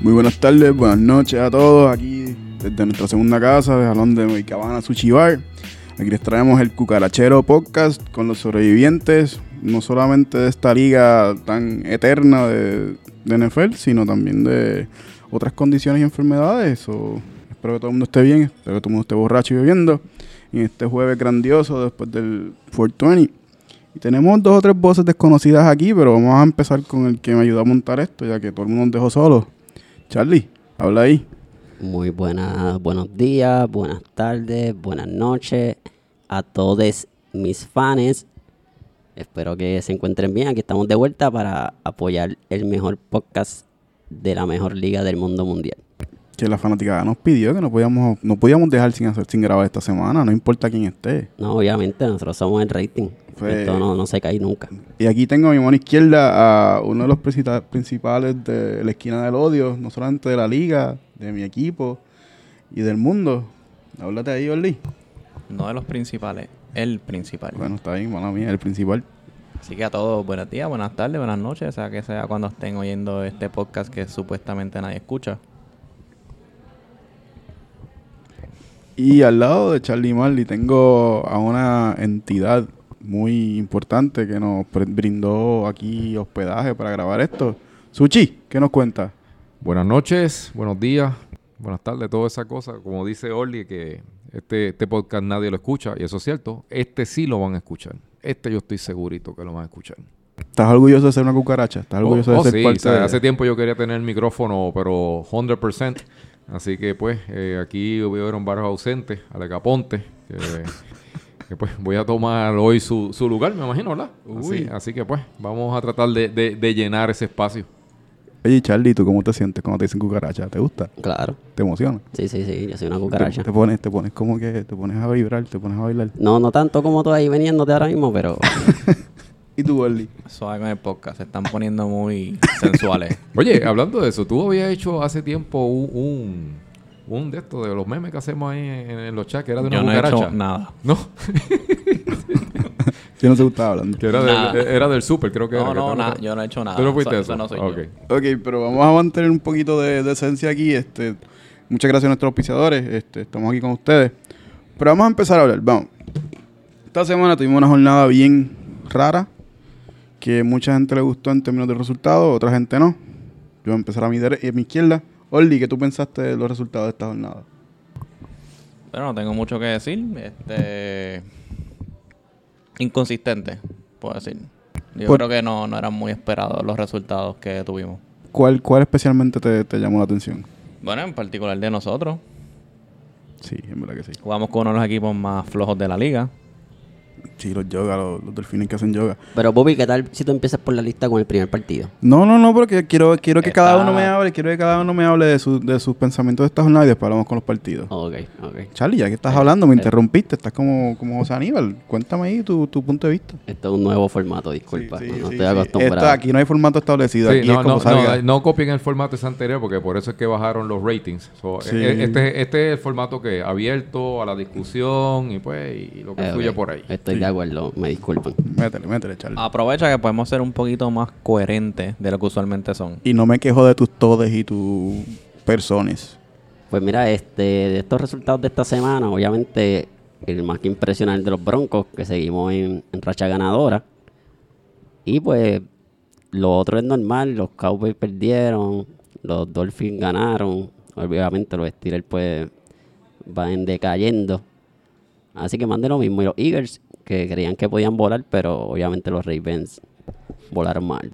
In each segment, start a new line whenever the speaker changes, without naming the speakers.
Muy buenas tardes, buenas noches a todos. Aquí desde nuestra segunda casa, de Jalón de Moicabana Sushi Bar. Aquí les traemos el Cucarachero Podcast con los sobrevivientes, no solamente de esta liga tan eterna de, de NFL, sino también de otras condiciones y enfermedades. O, espero que todo el mundo esté bien, espero que todo el mundo esté borracho y bebiendo. Y este jueves grandioso después del 420. Y tenemos dos o tres voces desconocidas aquí, pero vamos a empezar con el que me ayudó a montar esto, ya que todo el mundo nos dejó solo. Charlie, habla ahí.
Muy buenas, buenos días, buenas tardes, buenas noches a todos mis fans. Espero que se encuentren bien. Aquí estamos de vuelta para apoyar el mejor podcast de la mejor liga del mundo mundial.
Que la fanaticada nos pidió que no podíamos, no podíamos dejar sin hacer, sin grabar esta semana, no importa quién esté.
No, obviamente, nosotros somos el rating.
Pues-
Esto no, no se cae nunca.
Y aquí tengo a mi mano izquierda a uno de los princita- principales de la esquina del odio, no solamente de la liga, de mi equipo y del mundo. Háblate ahí, Orly.
No de los principales, el principal.
Bueno, está bien, mala mía, el principal.
Así que a todos, buenos días, buenas tardes, buenas noches, o sea que sea cuando estén oyendo este podcast que supuestamente nadie escucha.
Y al lado de Charlie Marley tengo a una entidad muy importante que nos pre- brindó aquí hospedaje para grabar esto. Suchi, ¿qué nos cuenta?
Buenas noches, buenos días, buenas tardes, toda esa cosa. Como dice Orly, que este, este podcast nadie lo escucha, y eso es cierto, este sí lo van a escuchar. Este yo estoy segurito que lo van a escuchar.
¿Estás orgulloso de ser una cucaracha? ¿Estás orgulloso
Oh,
de
oh,
ser
sí,
parte
o sea,
de-
Hace tiempo yo quería tener el micrófono, pero 100%. Así que pues, eh, aquí hubieron varios ausentes, Alecaponte, que, que, pues voy a tomar hoy su, su lugar, me imagino, ¿verdad? Así,
Uy.
así que pues, vamos a tratar de- de- de llenar ese espacio.
Oye, Charlie, ¿tú cómo te sientes cuando te dicen cucaracha? ¿Te gusta?
Claro.
¿Te emociona?
Sí, sí, sí. Yo soy una
Te-
cucaracha.
Te, pones, te pones como que te pones a vibrar, te pones a bailar.
No, no tanto como tú ahí veniéndote ahora mismo, pero
¿Y tú, Orly?
Suave con el podcast, se están poniendo muy sensuales.
Oye, hablando de eso, tú habías hecho hace tiempo un, un, un de estos de los memes que hacemos ahí en, en los chats, que era de una
Yo no he
cucaracha.
hecho nada.
No,
Yo no sé qué estaba hablando.
que era,
Nada.
del, era del super, creo que era.
No,
que
no,
estaba-
nada, yo no he hecho nada.
¿Tú no fuiste
Eso-
eso?
eso no soy
Ok.
Ok, pero vamos a mantener un poquito de, de esencia aquí. Este, muchas gracias a nuestros auspiciadores. Este, estamos aquí con ustedes. Pero vamos a empezar a hablar. Vamos. Esta semana tuvimos una jornada bien rara. Que mucha gente le gustó en términos de resultados, otra gente no. Yo voy a empezar a mi, dere- a mi izquierda. Orly, ¿qué tú pensaste de los resultados de esta jornada?
Pero no tengo mucho que decir. Este. Inconsistente, puedo decir. Yo
Pues
Por-
creo que no, no eran muy esperados los resultados que tuvimos.
¿Cuál, cuál especialmente te, te llamó la atención?
Bueno, en particular de nosotros.
Sí, en verdad que sí.
Jugamos con uno de los equipos más flojos de la liga.
Sí, los yoga, los, los delfines que hacen yoga.
pero Bobby, ¿qué tal si tú empiezas por la lista con el primer partido?
No, no, no, porque quiero, quiero que cada
Está-
uno me hable, quiero que cada uno me hable de, su- de sus pensamientos de esta jornada y después hablamos con los partidos.
Ok, ok.
Charlie, ya que estás hablando, me interrumpiste, estás como, como José Aníbal. Cuéntame ahí tu, tu punto de vista.
Esto es un nuevo formato, disculpa.
Sí,
no,
sí,
no
sí,
estoy
sí.
acostumbrado.
Esto, aquí no hay formato establecido,
Sí,
aquí es
no,
como
no,
salga.
no, no copien el formato ese anterior porque por eso es que bajaron los ratings. So,
Sí.
e- e- este, este es el formato que abierto a la discusión y pues y lo que
Eh,
fluye
ok.
por ahí.
Estoy de acuerdo, me disculpan.
Métele, métele, Charlie.
Aprovecha que podemos ser un poquito más coherentes de lo que usualmente son.
Y no me quejo de tus todes y tus personas.
Pues mira, este, de estos resultados de esta semana, obviamente el más que impresionante de los Broncos, que seguimos en, en racha ganadora. Y pues lo otro es normal, los Cowboys perdieron, los Dolphins ganaron, obviamente los Steelers pues van decayendo. Así que más de lo mismo. Y los Eagles, que creían que podían volar, pero obviamente los Ravens volaron mal.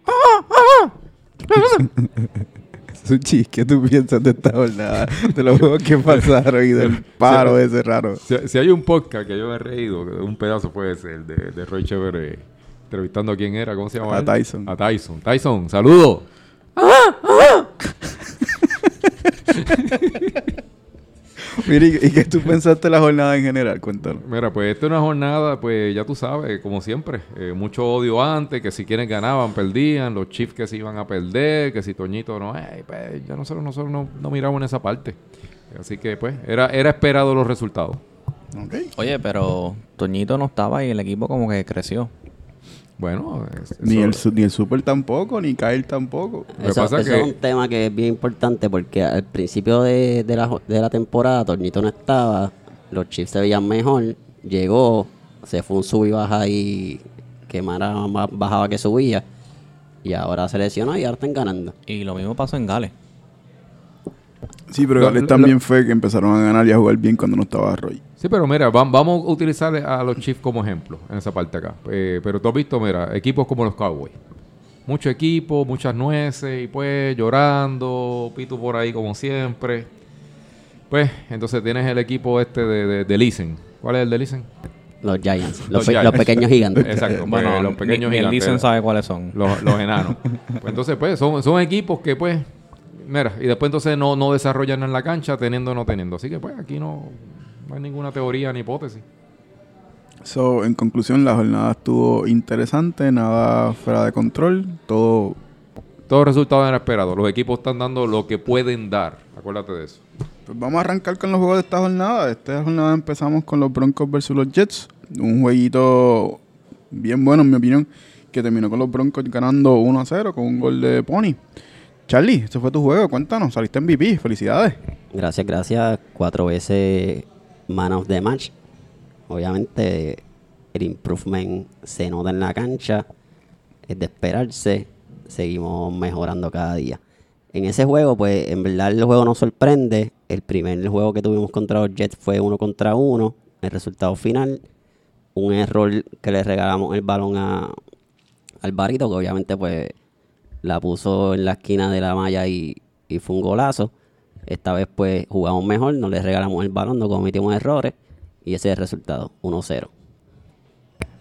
Suchi, ¿qué tú piensas de esta jornada? De los juegos que pasaron y del paro ese raro.
Si, si hay un podcast que yo me he reído, que un pedazo puede ser de, de Roy Chévere entrevistando a quién era, ¿cómo se llama?
A
él?
Tyson.
A Tyson. Tyson, saludo.
Mira, ¿y, y qué tú pensaste de la jornada en general? Cuéntanos.
Mira, pues esta es una jornada, pues ya tú sabes, como siempre, eh, mucho odio antes, que si quienes ganaban, perdían, los Chiefs que se iban a perder, que si Toñito no, eh, pues, ya nosotros, nosotros no, no miramos en esa parte. Así que pues, era, era esperado los resultados.
Ok.
Oye, pero Toñito no estaba y el equipo como que creció.
Bueno, es-
Ni
eso-
el, su- ni el Super tampoco, ni Kyle tampoco.
Lo que
Eso,
pasa
eso
que-
es un tema que es bien importante porque al principio de, de la, jo- de la temporada Tornito no estaba, los Chiefs se veían mejor, llegó, se fue un sub y baja y que Mara más bajaba que subía y ahora se lesionó y ahora están ganando.
Y lo mismo pasó en Gales.
Sí, pero
Lo-
Gales
lo-
también fue que empezaron a ganar y a jugar bien cuando no estaba Roy.
Sí, pero mira, vam- vamos a utilizar a los Chiefs como ejemplo en esa parte acá. Eh, pero tú has visto, mira, equipos como los Cowboys. Mucho equipo, muchas nueces, y pues llorando, pito por ahí como siempre. Pues, entonces tienes el equipo este de, de, de Leeson. ¿Cuál es el de Leeson?
Los Giants, los,
Los
pe- los
Giants.
pequeños gigantes.
Exacto,
Bueno,
pues, los pequeños
ni, ni el
gigantes.
Leeson sabe cuáles son.
los, los enanos. Pues entonces, pues, son, son equipos que, pues, mira, y después entonces no, no desarrollan en la cancha teniendo o no teniendo. Así que, pues, aquí no, no hay ninguna teoría ni hipótesis.
So, en conclusión, la jornada estuvo interesante, nada fuera de control, todo
Todos los resultados eran esperados. Los equipos están dando lo que pueden dar. Acuérdate de eso.
Pues vamos a arrancar con los juegos de esta jornada. Esta jornada empezamos con los Broncos versus los Jets. Un jueguito bien bueno, en mi opinión, que terminó con los Broncos ganando 1 a 0 con un gol de Pony. Charlie, ese fue tu juego. Cuéntanos, saliste MVP. Felicidades.
Gracias, gracias. Cuatro veces man of the match. Obviamente el improvement se nota en la cancha. Es de esperarse. Seguimos mejorando cada día. En ese juego, pues en verdad el juego nos sorprende. El primer juego que tuvimos contra los Jets fue uno contra uno. El resultado final. Un error que le regalamos el balón a, al Barito, que obviamente pues la puso en la esquina de la malla y, y fue un golazo. Esta vez pues jugamos mejor, no le regalamos el balón, no cometimos errores y ese es el resultado, 1-0.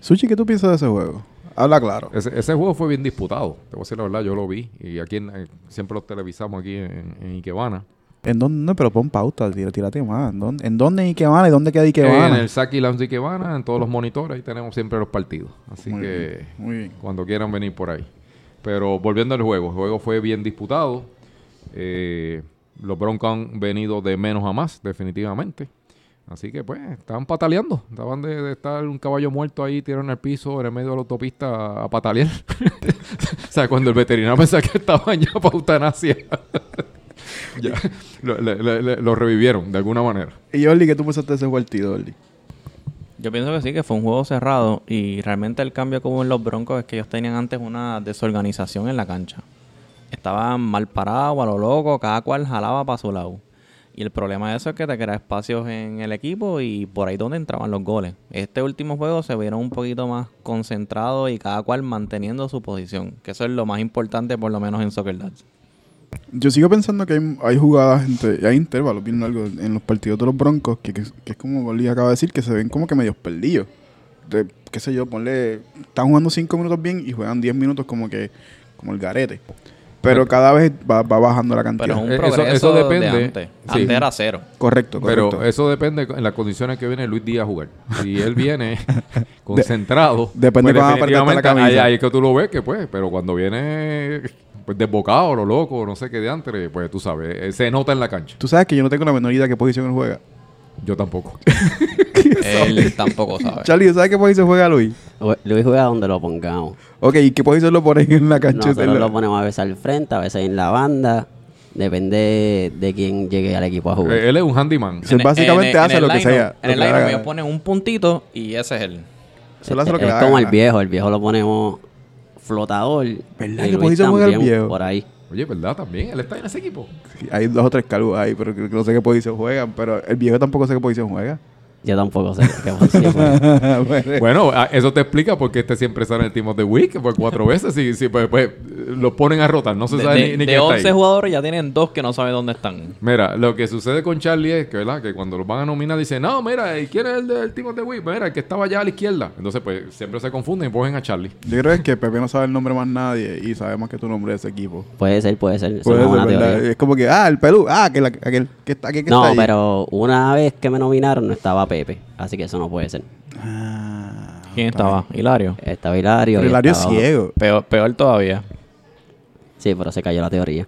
Sushi, ¿qué tú piensas de ese juego? Habla claro.
Ese, ese juego fue bien disputado. Te voy a decir la verdad, yo lo vi. Y aquí en- eh, siempre lo televisamos aquí en, en Ikebana.
¿En dónde? Pero pon pauta, tira- tírate más. ¿En dónde, en dónde y qué van? ¿Y dónde queda y qué
en
van?
el Saki Lounge de Ikebana, en todos los monitores, ahí tenemos siempre los partidos. Así
Muy
que...
bien, muy bien.
cuando quieran venir por ahí. Pero volviendo al juego, el juego fue bien disputado. Eh, los Broncos han venido de menos a más, definitivamente. Así que, pues, estaban pataleando. Estaban de, de estar un caballo muerto ahí, tiraron al piso, en el medio de la autopista a, a patalear. o sea, cuando el veterinario pensaba que estaban ya para eutanasia. ya, lo, le- le- le- lo revivieron de alguna manera.
Y Oli, ¿qué tú pensaste de ese partido, Oli?
Yo pienso que sí, que fue un juego cerrado y realmente el cambio que hubo en los Broncos es que ellos tenían antes una desorganización en la cancha. Estaban mal parados, a lo loco, cada cual jalaba para su lado. Y el problema de eso es que te crea espacios en el equipo y por ahí donde entraban los goles. Este último juego se vieron un poquito más concentrados y cada cual manteniendo su posición, que eso es lo más importante por lo menos en Soccer Dads.
Yo sigo pensando que hay, hay jugadas, entre, hay intervalos bien largos en los partidos de los Broncos, que, que, que es como Oli acaba de decir, que se ven como que medios perdidos. De, qué sé yo, ponle, están jugando 5 minutos bien y juegan 10 minutos como que, como el garete. Pero cada vez va, va bajando la cantidad.
Pero es un
Eh, eso-
progreso
eso depende.
de antes.
Sí.
Antes era cero.
correcto, correcto.
Pero eso depende en las condiciones que viene Luis Díaz a jugar. Si él viene concentrado, pues
depende cuándo aparta la
definitivamente
camisa.
Ahí, ahí es que tú lo ves que pues, pero cuando viene pues, desbocado, lo loco, no sé qué de antes, pues tú sabes, eh, se nota en la cancha.
Tú sabes que yo no tengo la menor idea de qué posición él juega.
Yo tampoco.
Él tampoco sabe.
Charlie, ¿sabes qué posición juega Luis?
Lu- Luis juega donde lo pongamos.
Ok, ¿y qué posición lo ponen en la cancha?
Nosotros
En la-
lo ponemos a veces al frente, a veces en la banda, depende de quién llegue al equipo a jugar.
Eh, él es un handyman.
Sí. Él básicamente hace
el
lo que
lineup-
sea, lo
e- En el
que le
lineup
haga.
ellos ponen un puntito y ese es él.
se lo hace lo que
es
le da
como el
gana.
viejo, el viejo lo ponemos flotador.
¿Verdad que
y Luis
Podizo juega al
también
viejo?
Por ahí.
Oye, ¿verdad? También, él está en ese equipo.
Sí, Hay dos o tres calvos ahí, pero creo que no sé qué posición juegan. Pero el viejo tampoco sé qué posición juega. Pues,
Yo tampoco sé qué posición.
Bueno,
Bueno, a- eso te explica por qué este siempre sale en el Team of the Week, pues cuatro veces, y, si pues, pues, lo ponen a rotar, no se
De,
sabe
de-
ni,
de
ni quién está
11
ahí.
jugadores ya tienen dos que no saben dónde están.
Mira, lo que sucede con Charlie es que, ¿verdad? que cuando los van a nominar dicen, no, mira, ¿y ¿quién es el del Team of the Week? Mira, el que estaba allá a la izquierda. Entonces, pues, siempre se confunden y ponen a Charlie.
Yo creo es que Pepe no sabe el nombre más nadie y sabe más que tu nombre de ese equipo.
Puede ser, puede ser. Eso
Por
es una
eso,
buena
¿verdad?
teoría.
Es como que, ah, el Perú, ah, aquel, aquel que está aquel que
No,
está ahí.
pero una vez que me nominaron no estaba Pepe, así que eso no puede ser.
Ah,
¿Quién estaba? Hilario.
Estaba Hilario.
pero
y
Hilario es
estaba-
ciego.
Peor, peor todavía.
Sí, pero se cayó la teoría.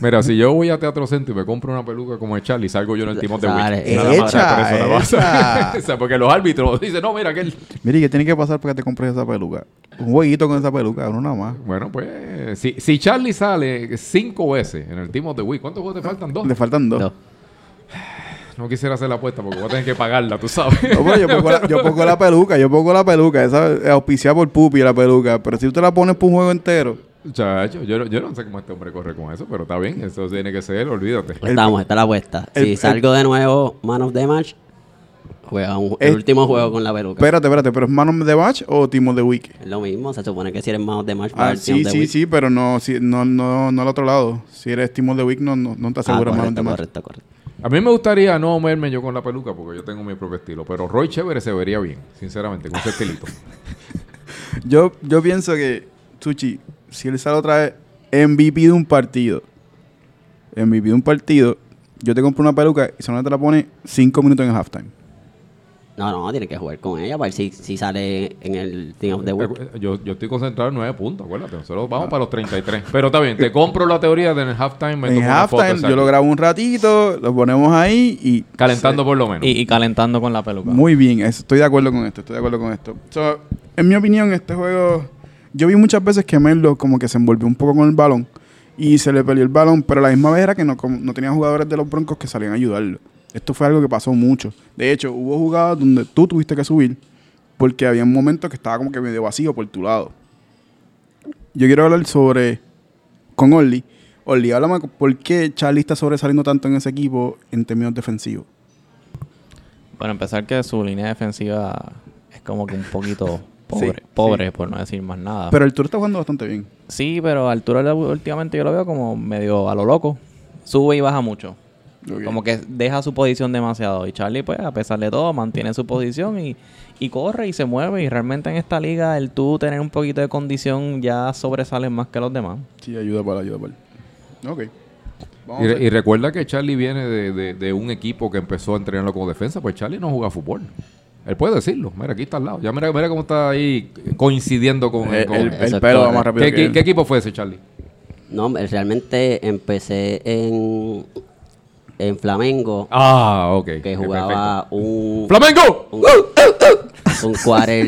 Mira, si yo voy a Teatro Centro y me compro una peluca como de Charlie, salgo yo en el Team of the
Sale.
Week.
Nada más,
Echa,
Por eso nada más.
echa.
o sea, porque los árbitros dicen, no, mira, aquel...
Mira, ¿y qué tiene que pasar para que te compres esa peluca? Un jueguito con esa peluca, cabrón, nada más.
Bueno, pues si, si Charlie sale cinco veces en el Team of the Week, ¿cuántos juegos te faltan? Dos.
Le faltan dos.
No.
No quisiera hacer la apuesta porque voy a tener que pagarla, tú sabes.
No, pero yo pongo, la, yo pongo la peluca, yo pongo la peluca. Esa es auspiciada por Pupi la peluca. Pero si tú te la pones por un juego entero,
Chacho, yo, no- yo no sé cómo este hombre corre con eso, pero está bien, eso tiene que ser, olvídate.
Pues estamos, está la apuesta.
el-
si
el-
salgo de nuevo Man of the Match, juega un-
Es-
el último juego con la peluca.
espérate, espérate, pero es Man of the Match o Team of the Week.
es lo mismo, se supone que si eres Man of the Match, va
Ah,
al Team
sí,
of the
sí,
Week.
sí, pero no, sí, no, no, no al otro lado. Si eres Team of the Week, no, no, no te
Ah,
aseguras Man of the
correcto,
Match.
correcto, correcto.
A mí me gustaría no verme yo con la peluca porque yo tengo mi propio estilo, pero Roy Chévere se vería bien, sinceramente, con ese estilito.
Yo, yo pienso que, Suchi, si él sale otra vez MVP de un partido, MVP de un partido, yo te compro una peluca y solamente te la pone 5 minutos en halftime.
No, no, tiene que jugar con ella para ver si, si sale en el Team of the Week.
Yo, yo estoy concentrado en nueve puntos, acuérdate, nosotros vamos para los 33. Pero está bien, te compro la teoría del halftime. me
En
tomo una foto,
halftime yo
exacto.
lo grabo un ratito, lo ponemos ahí y...
Calentando por lo menos.
Y, y calentando con la peluca.
Muy bien, es- estoy de acuerdo con esto, estoy de acuerdo con esto. So, en mi opinión, este juego, yo vi muchas veces que Melo como que se envolvió un poco con el balón y se le peleó el balón, pero la misma vez era que no, como- no tenía jugadores de los Broncos que salían a ayudarlo. Esto fue algo que pasó mucho. De hecho, hubo jugadas donde tú tuviste que subir porque había un momento que estaba como que medio vacío por tu lado. Yo quiero hablar sobre con Orly. Orly, háblame por qué Charlie está sobresaliendo tanto en ese equipo en términos defensivos.
Para empezar, que su línea defensiva es como que un poquito pobre,
Sí,
pobre por no decir más nada.
Pero el tour está jugando bastante bien.
sí, pero Arturo lo- últimamente yo lo veo como medio a lo loco. Sube y baja mucho.
Ok.
Como que deja su posición demasiado. Y Charlie, pues, a pesar de todo, mantiene su posición y, y corre y se mueve. Y realmente en esta liga, el tú tener un poquito de condición ya sobresale más que los demás.
Sí, ayuda para, ayuda para. Ok. Vamos
Y,
a
re-
hacer-
y recuerda que Charlie viene de, de- de un equipo que empezó a entrenarlo como defensa, pues Charlie no juega fútbol. Él puede decirlo, mira, aquí está al lado. Ya mira, mira cómo está ahí coincidiendo con...
Eh, el,
con-
el-
¿Qué-
el
Eso es
pelo va
todo.
más rápido. que
qué,
él.
qué equipo fue ese, Charlie?
No, hombre, realmente empecé en, en Flamengo,
Ah, ok.
que
ok,
jugaba un,
perfecto. ¡Flamengo!
un quarter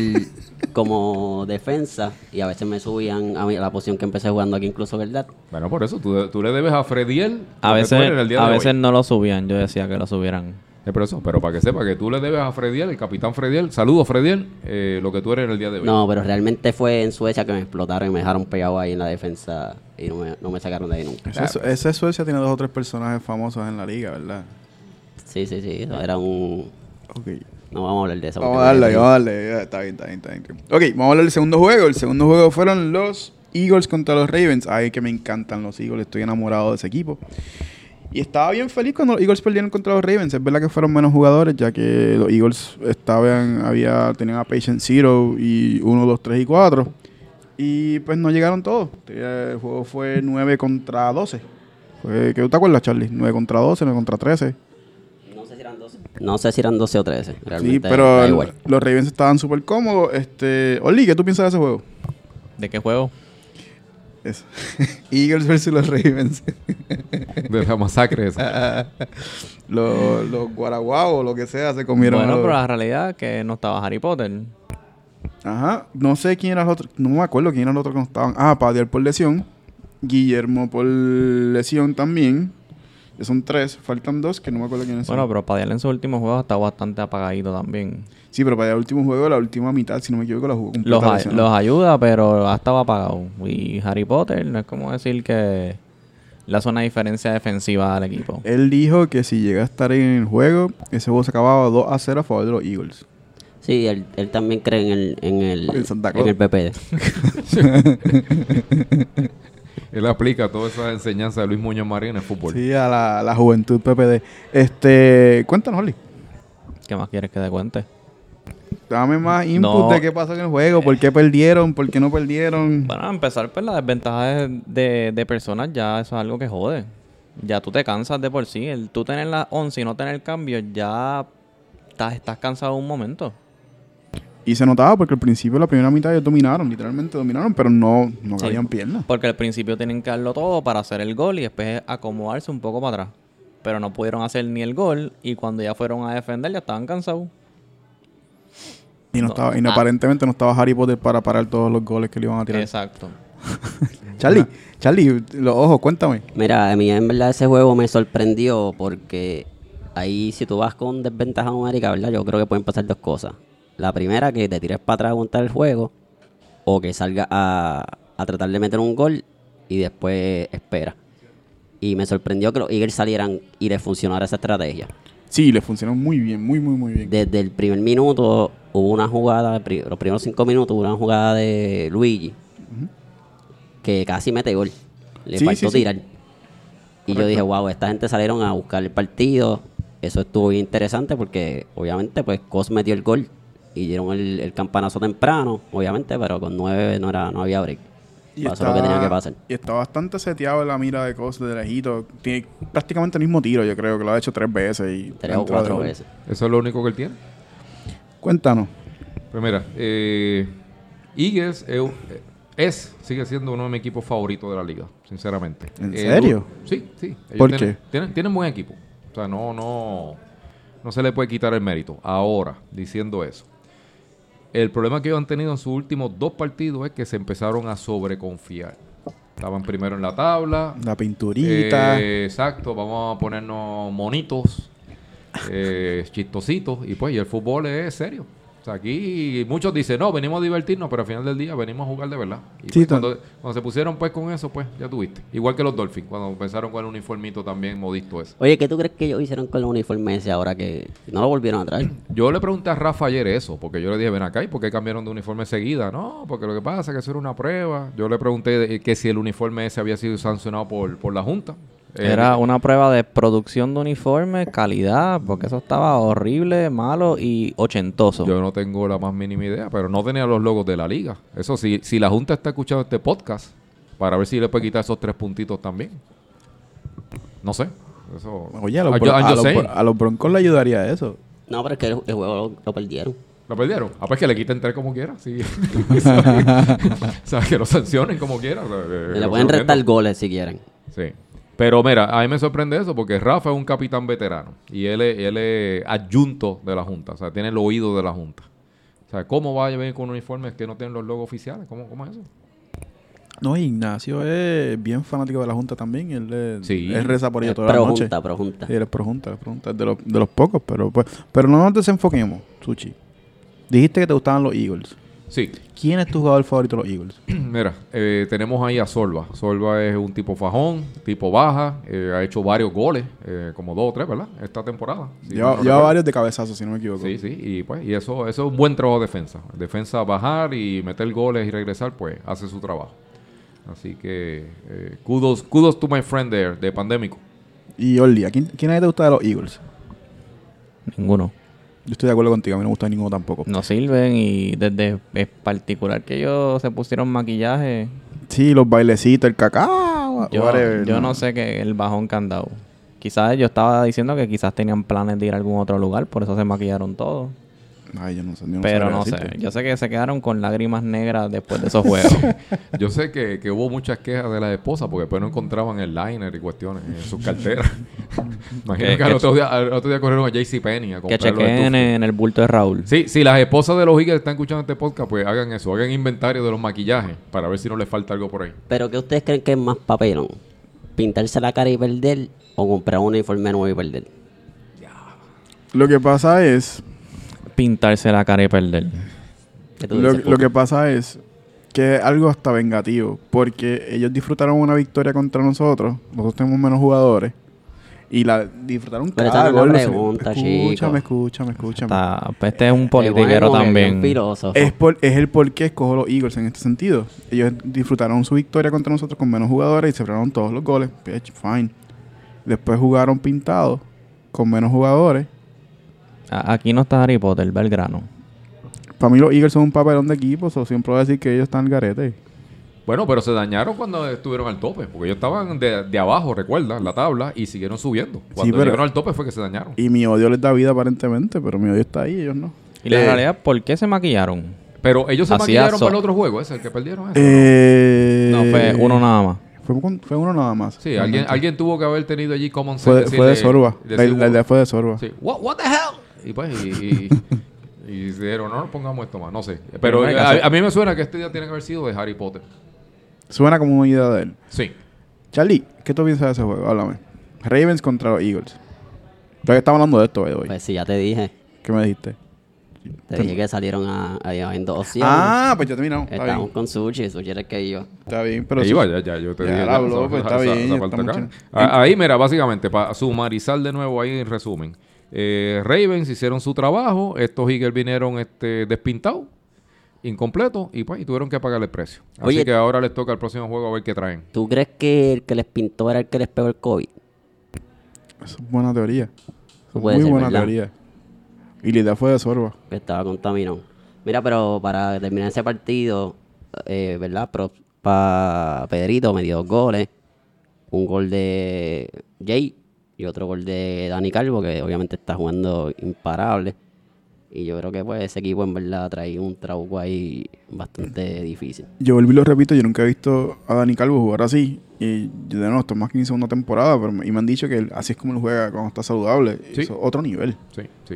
como defensa y a veces me subían a, mí- a la posición que empecé jugando aquí incluso, ¿verdad?
Bueno, por eso, tú, tú le debes a Frediel...
A
lo que tú
veces,
eres el día
a
de
veces
hoy.
no lo subían. Yo decía que lo subieran.
Eh, pero eso, pero para que sepa que tú le debes a Frediel, el capitán Frediel, saludos Frediel, eh, lo que tú eres en el día de hoy.
No, pero realmente fue en Suecia que me explotaron y me dejaron pegado ahí en la defensa y no me, no me sacaron de ahí nunca.
Ese, ese Suecia tiene dos o tres personajes famosos en la liga, ¿verdad?
Sí, sí, sí, eso era un...
Ok.
No vamos a hablar de eso.
Vamos
porque
a darle,
me-
vamos a darle. Ya, Está bien, está bien, está bien. Ok, vamos a hablar del segundo juego. El segundo juego fueron los Eagles contra los Ravens. Ay, que me encantan los Eagles. Estoy enamorado de ese equipo. Y estaba bien feliz cuando los Eagles perdieron contra los Ravens. Es verdad que fueron menos jugadores, ya que los Eagles estaban, había, tenían a Patient Zero y 1, 2, 3 y 4. Y pues no llegaron todos. Eh, El juego fue 9 contra 12. Fue, ¿Qué tú te acuerdas, Charlie? 9 contra 12, 9 contra 13.
No sé si eran 12. No sé si eran 12 o 13. Realmente
Sí, pero
da
el-
igual.
los Ravens estaban súper cómodos. Este, Oli, ¿qué tú piensas de ese juego?
¿De qué juego?
Eso. Eagles versus los Ravens.
De la masacre esa.
los, los guaraguao o lo que sea se comieron.
bueno,
a los-
pero la realidad es que no estaba Harry Potter.
Ajá. No sé quién era el otro. No me acuerdo quién era el otro que no estaban. Ah, Padial por lesión. Guillermo por lesión también. Ya son tres. Faltan dos que no me acuerdo quiénes son.
Bueno, pero Padial en sus últimos juegos estaba bastante apagadito también.
sí, pero para el último juego, la última mitad, si no me equivoco, la jugó completa
Los, a-
lesionado.
los ayuda, pero ha estado apagado. Y Harry Potter no es como decir que le hace una diferencia defensiva al equipo.
Él dijo que si llega a estar en el juego, ese juego se acababa 2 a 0 a favor de los Eagles.
Sí, él, él también cree en el, en el,
En Santa Claus.
en el PPD.
Él aplica toda esa enseñanza de Luis Muñoz Marín en el fútbol.
Sí, a la, la juventud PPD. Este, cuéntanos, Oli.
¿Qué más quieres que te cuente?
Dame más input
No.
de qué pasó en el juego, por qué perdieron, por qué no perdieron.
Bueno, a empezar, pues la desventaja de, de- de personas ya eso es algo que jode. Ya tú te cansas de por sí. El tú tener las 11 y no tener cambio, ya estás, estás cansado un momento.
Y se notaba porque al principio, la primera mitad, ellos dominaron, literalmente dominaron, pero no, no
Sí.
cabían piernas.
Porque al principio tienen que darlo todo para hacer el gol y después acomodarse un poco para atrás. Pero no pudieron hacer ni el gol y cuando ya fueron a defender ya estaban cansados.
Y, no
No.
estaba, y no-
Ah.
aparentemente no estaba Harry Potter para parar todos los goles que le iban a tirar.
Exacto.
Charlie, Charlie, los ojos, cuéntame.
Mira, a mí en verdad ese juego me sorprendió porque ahí si tú vas con desventaja numérica, ¿verdad? Yo creo que pueden pasar dos cosas. La primera, que te tires para atrás a aguantar el juego o que salga a, a tratar de meter un gol y después espera. Y me sorprendió que los Eagles salieran y les funcionara esa estrategia.
Sí, le funcionó muy bien, muy, muy, muy bien.
Desde el primer minuto hubo una jugada, pri- los primeros cinco minutos hubo una jugada de Luigi que casi mete gol. Le
Sí,
faltó
sí, sí.
tirar. Y yo dije, wow, esta gente salieron a buscar el partido. Eso estuvo bien interesante porque obviamente pues Cos metió el gol y dieron el, el campanazo temprano, obviamente, pero con nueve no, era, no había break. Pasó lo que tenía que pasar.
y está bastante seteado la mira de Cos de lejito. Tiene prácticamente el mismo tiro, yo creo que lo ha hecho tres veces. Y
Tres o
entra de
cuatro
gol.
veces.
Eso es lo único que él tiene.
Cuéntanos.
Pues mira, eh, Eagles eh, es, sigue siendo uno de mis equipos favoritos de la liga, sinceramente.
¿En
Eh,
serio?
du- sí, sí. Ellos
¿Por
tienen,
qué?
Tienen, tienen buen equipo. O sea, no, no, no se le puede quitar el mérito. Ahora, diciendo eso. El problema que ellos han tenido en sus últimos dos partidos es que se empezaron a sobreconfiar. Estaban primero en la tabla,
La pinturita.
eh, exacto, vamos a ponernos monitos, eh, chistositos, y pues, y el fútbol es serio. O sea, aquí muchos dicen, no, venimos a divertirnos, pero al final del día venimos a jugar de verdad.
Sí,
Y pues,
tan-
cuando, cuando se pusieron pues con eso, pues ya tuviste. Igual que los Dolphins, cuando empezaron con el uniformito también modisto ese.
Oye, ¿qué tú crees que ellos hicieron con el uniforme ese ahora que no lo volvieron a traer?
Yo le pregunté a Rafa ayer eso, porque yo le dije, ven acá, ¿y por qué cambiaron de uniforme seguida? No, porque lo que pasa es que eso era una prueba. Yo le pregunté de- eh, que si el uniforme ese había sido sancionado por, por la Junta. Eh,
Era una prueba de producción de uniformes, calidad, porque eso estaba horrible, malo y ochentoso.
Yo no tengo la más mínima idea, pero no tenía los logos de la liga. Eso sí, si la Junta está escuchando este podcast, para ver si le puede quitar esos tres puntitos también. No sé. Eso.
Oye, a los,
Ah, yo-
bro-
ah,
a
yo
los
sé.
bro- a los broncos le ayudaría eso.
No, pero es que el, el juego lo- lo perdieron.
¿Lo perdieron? Ah, pues que le quiten tres como quiera. Sí. o sea, que lo sancionen como quiera. o sea,
Le
que- que
pueden
lo
restar
den.
goles si quieren.
Sí. Pero mira, a mí me sorprende eso porque Rafa es un capitán veterano y él es, él es adjunto de la Junta, o sea, tiene el oído de la Junta. O sea, ¿cómo va a venir con uniformes que no tienen los logos oficiales? ¿Cómo, cómo es eso?
No, Ignacio es bien fanático de la Junta también. Él, es-
Sí.
él reza por ella
Es
toda la
Pro
noche.
Eh, junta, pro junta.
Sí, él es pro Junta, él es pro Junta, es de los, de los pocos, pero pues, pero no nos desenfoquemos, Suchi. Dijiste que te gustaban los Eagles.
Sí,
¿Quién es tu jugador favorito de los Eagles?
Mira, eh, tenemos ahí a Solva. Solva es un tipo fajón, tipo baja, eh, ha hecho varios goles, eh, como dos o tres, ¿verdad? Esta temporada. Sí,
lleva
no
lleva
recuerdo.
varios de cabezazo, si no me equivoco.
Sí, sí, y pues, y eso, eso es un buen trabajo de defensa. Defensa bajar y meter goles y regresar, pues hace su trabajo. Así que eh, kudos, kudos to my friend there, de pandémico.
Y Orly, ¿a quién, quién a ti te gusta de los Eagles?
Ninguno.
Yo estoy de acuerdo contigo, a mí no me gusta ninguno tampoco.
No sirven y desde es particular que ellos se pusieron maquillaje,
Sí, los bailecitos, el cacao.
yo,
whatever,
yo no sé que el bajón que han dado. Quizás yo estaba diciendo que quizás tenían planes de ir a algún otro lugar, por eso se maquillaron todos.
Ay, yo no sé. yo no
Pero
sabría
no sé,
decirte.
yo sé que se quedaron con lágrimas negras después de esos juegos.
Yo sé que, que hubo muchas quejas de las esposas porque después no encontraban el liner y cuestiones en sus carteras. Imagino
Que-
que al
que-
otro, día, al otro día corrieron a JCPenney a
que
comprar los
chequen
estufas.
en el bulto de Raúl.
Sí, si las esposas de los Eagles están escuchando este podcast, pues hagan eso, hagan inventario de los maquillajes para ver si no les falta algo por ahí.
¿Pero qué ustedes creen que es más papelón? ¿Pintarse la cara y perder o comprar un uniforme nuevo y perder?
Lo que pasa es.
Pintarse la cara y perder.
¿Qué tú
Lo,
dices,
lo
Pupi?
que pasa es que es algo hasta vengativo, porque ellos disfrutaron una victoria contra nosotros, nosotros tenemos menos jugadores, y la disfrutaron
Pero esa
cada
no es
gol.
la
lo sé.
pregunta, chico.
escúchame, escúchame, escúchame.
Está- pues este es un
Qué bueno,
politiquero
que es
también.
un filósofo.
Es, por- es el por qué escojo los Eagles en este sentido. Ellos disfrutaron su victoria contra nosotros con menos jugadores y celebraron todos los goles. Bitch, fine. Después jugaron pintados con menos jugadores.
A- Aquí no está Harry Potter, Belgrano.
Para mí los Eagles son un papelón de equipo, o siempre voy a decir que ellos están al garete.
Bueno, pero se dañaron cuando estuvieron al tope, porque ellos estaban de, de abajo, recuerda, en la tabla, y siguieron subiendo. Cuando
pero-
llegaron al tope fue que se dañaron.
Y mi odio les da vida aparentemente, pero mi odio está ahí, ellos no.
Y la
Eh,
realidad, ¿por qué se maquillaron?
Pero ellos se
Hacía
maquillaron
so-
para el otro juego, ese, el que perdieron. ese.
Eh,
No, fue uno nada más.
Fue, con- fue uno nada más.
sí, alguien, alguien tuvo que haber tenido allí common sense.
Fue, fue de
decirle-
Sorba. La,
decir,
la idea fue de Sorba.
sí, what, what the hell? Y pues, y, y- Y dijeron, no, no pongamos esto más, no sé. Pero eh,
hay que
a,
hacer-
a mí me suena que este día tiene que haber sido de Harry Potter.
Suena como una idea de él.
Sí.
Charlie, ¿qué tú piensas de ese juego? Háblame. Ravens contra los Eagles. Todavía estamos hablando de esto by the way.
Pues sí, ya te dije.
¿Qué me dijiste?
Te dije que salieron a, a en dos opciones.
Ah, pues ya terminamos. Está
Estábamos
bien.
con Sushi, Sushi era el que iba.
Está bien, pero
Ahí
sí.
va, ya, ya, yo te
Ya la
dije, ya,
habló,
esa-
pues,
esa-
está
esa-
bien,
esa
está
parte
mucho.
acá. Ah, Ahí, mira, básicamente, para sumarizar de nuevo ahí en resumen. eh, Ravens hicieron su trabajo, estos Eagles vinieron este, despintados, incompletos, y pues y tuvieron que pagar el precio. Así
Oye.
que ahora les toca el próximo juego a ver qué traen.
¿Tú crees que el que les pintó era el que les pegó el COVID?
Eso es buena teoría.
Eso puede
Muy
ser,
buena
¿verdad?
teoría. Y la idea fue de Sorba.
Que estaba contaminado. Mira, pero para terminar ese partido, eh, ¿verdad? Pro, pa Pedrito me dio dos goles. Un gol de Jay y otro gol de Dani Calvo, que obviamente está jugando imparable. Y yo creo que pues ese equipo en verdad trae un trauco ahí bastante difícil.
Yo volví y lo repito, yo nunca he visto a Dani Calvo jugar así. Y yo de nuevo, esto es más que mi segunda temporada, pero me- y me han dicho que él- así es como él juega cuando está saludable.
Sí.
Eso es otro nivel.
Sí, sí.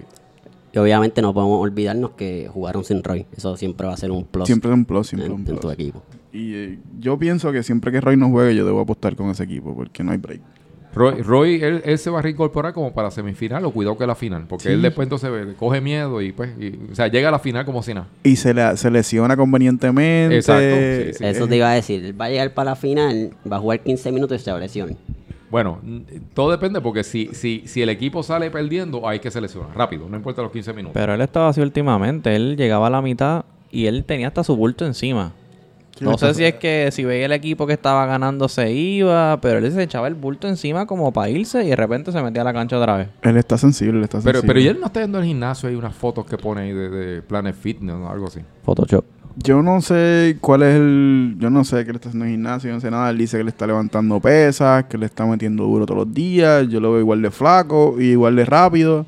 Y obviamente no podemos olvidarnos que jugaron sin Roy. Eso siempre va a ser un plus
Siempre es un plus,
en,
siempre es un
en tu
plus.
equipo.
Y eh, yo pienso que siempre que Roy no juegue, yo debo apostar con ese equipo, porque no hay break.
Roy, Roy, él, él se va a reincorporar como para semifinal o cuidado que la final, porque él después entonces ve- coge miedo y pues, y- o sea, llega a la final como si nada.
Y se, la, se lesiona convenientemente.
Exacto,
Eh,
sí, sí.
Eso te iba a decir. Él va a llegar para la final, va a jugar 15 minutos y se va a lesionar.
Bueno, mm, todo depende porque si, si, si el equipo sale perdiendo, hay que seleccionar rápido, no importa los 15 minutos.
Pero él estaba así últimamente. Él llegaba a la mitad y él tenía hasta su bulto encima.
Sí,
No
está-
sé si es que si veía el equipo que estaba ganando se iba, pero él se echaba el bulto encima como para irse y de repente se metía a la cancha otra vez.
Él está sensible, él está
Pero,
sensible.
pero y él no está yendo al gimnasio, hay unas fotos que pone ahí de, de Planet Fitness o algo así.
Photoshop.
Yo no sé cuál es el... Yo no sé que le está haciendo gimnasio, yo no sé nada. Él dice que le está levantando pesas, que le está metiendo duro todos los días. Yo lo veo igual de flaco, y igual de rápido.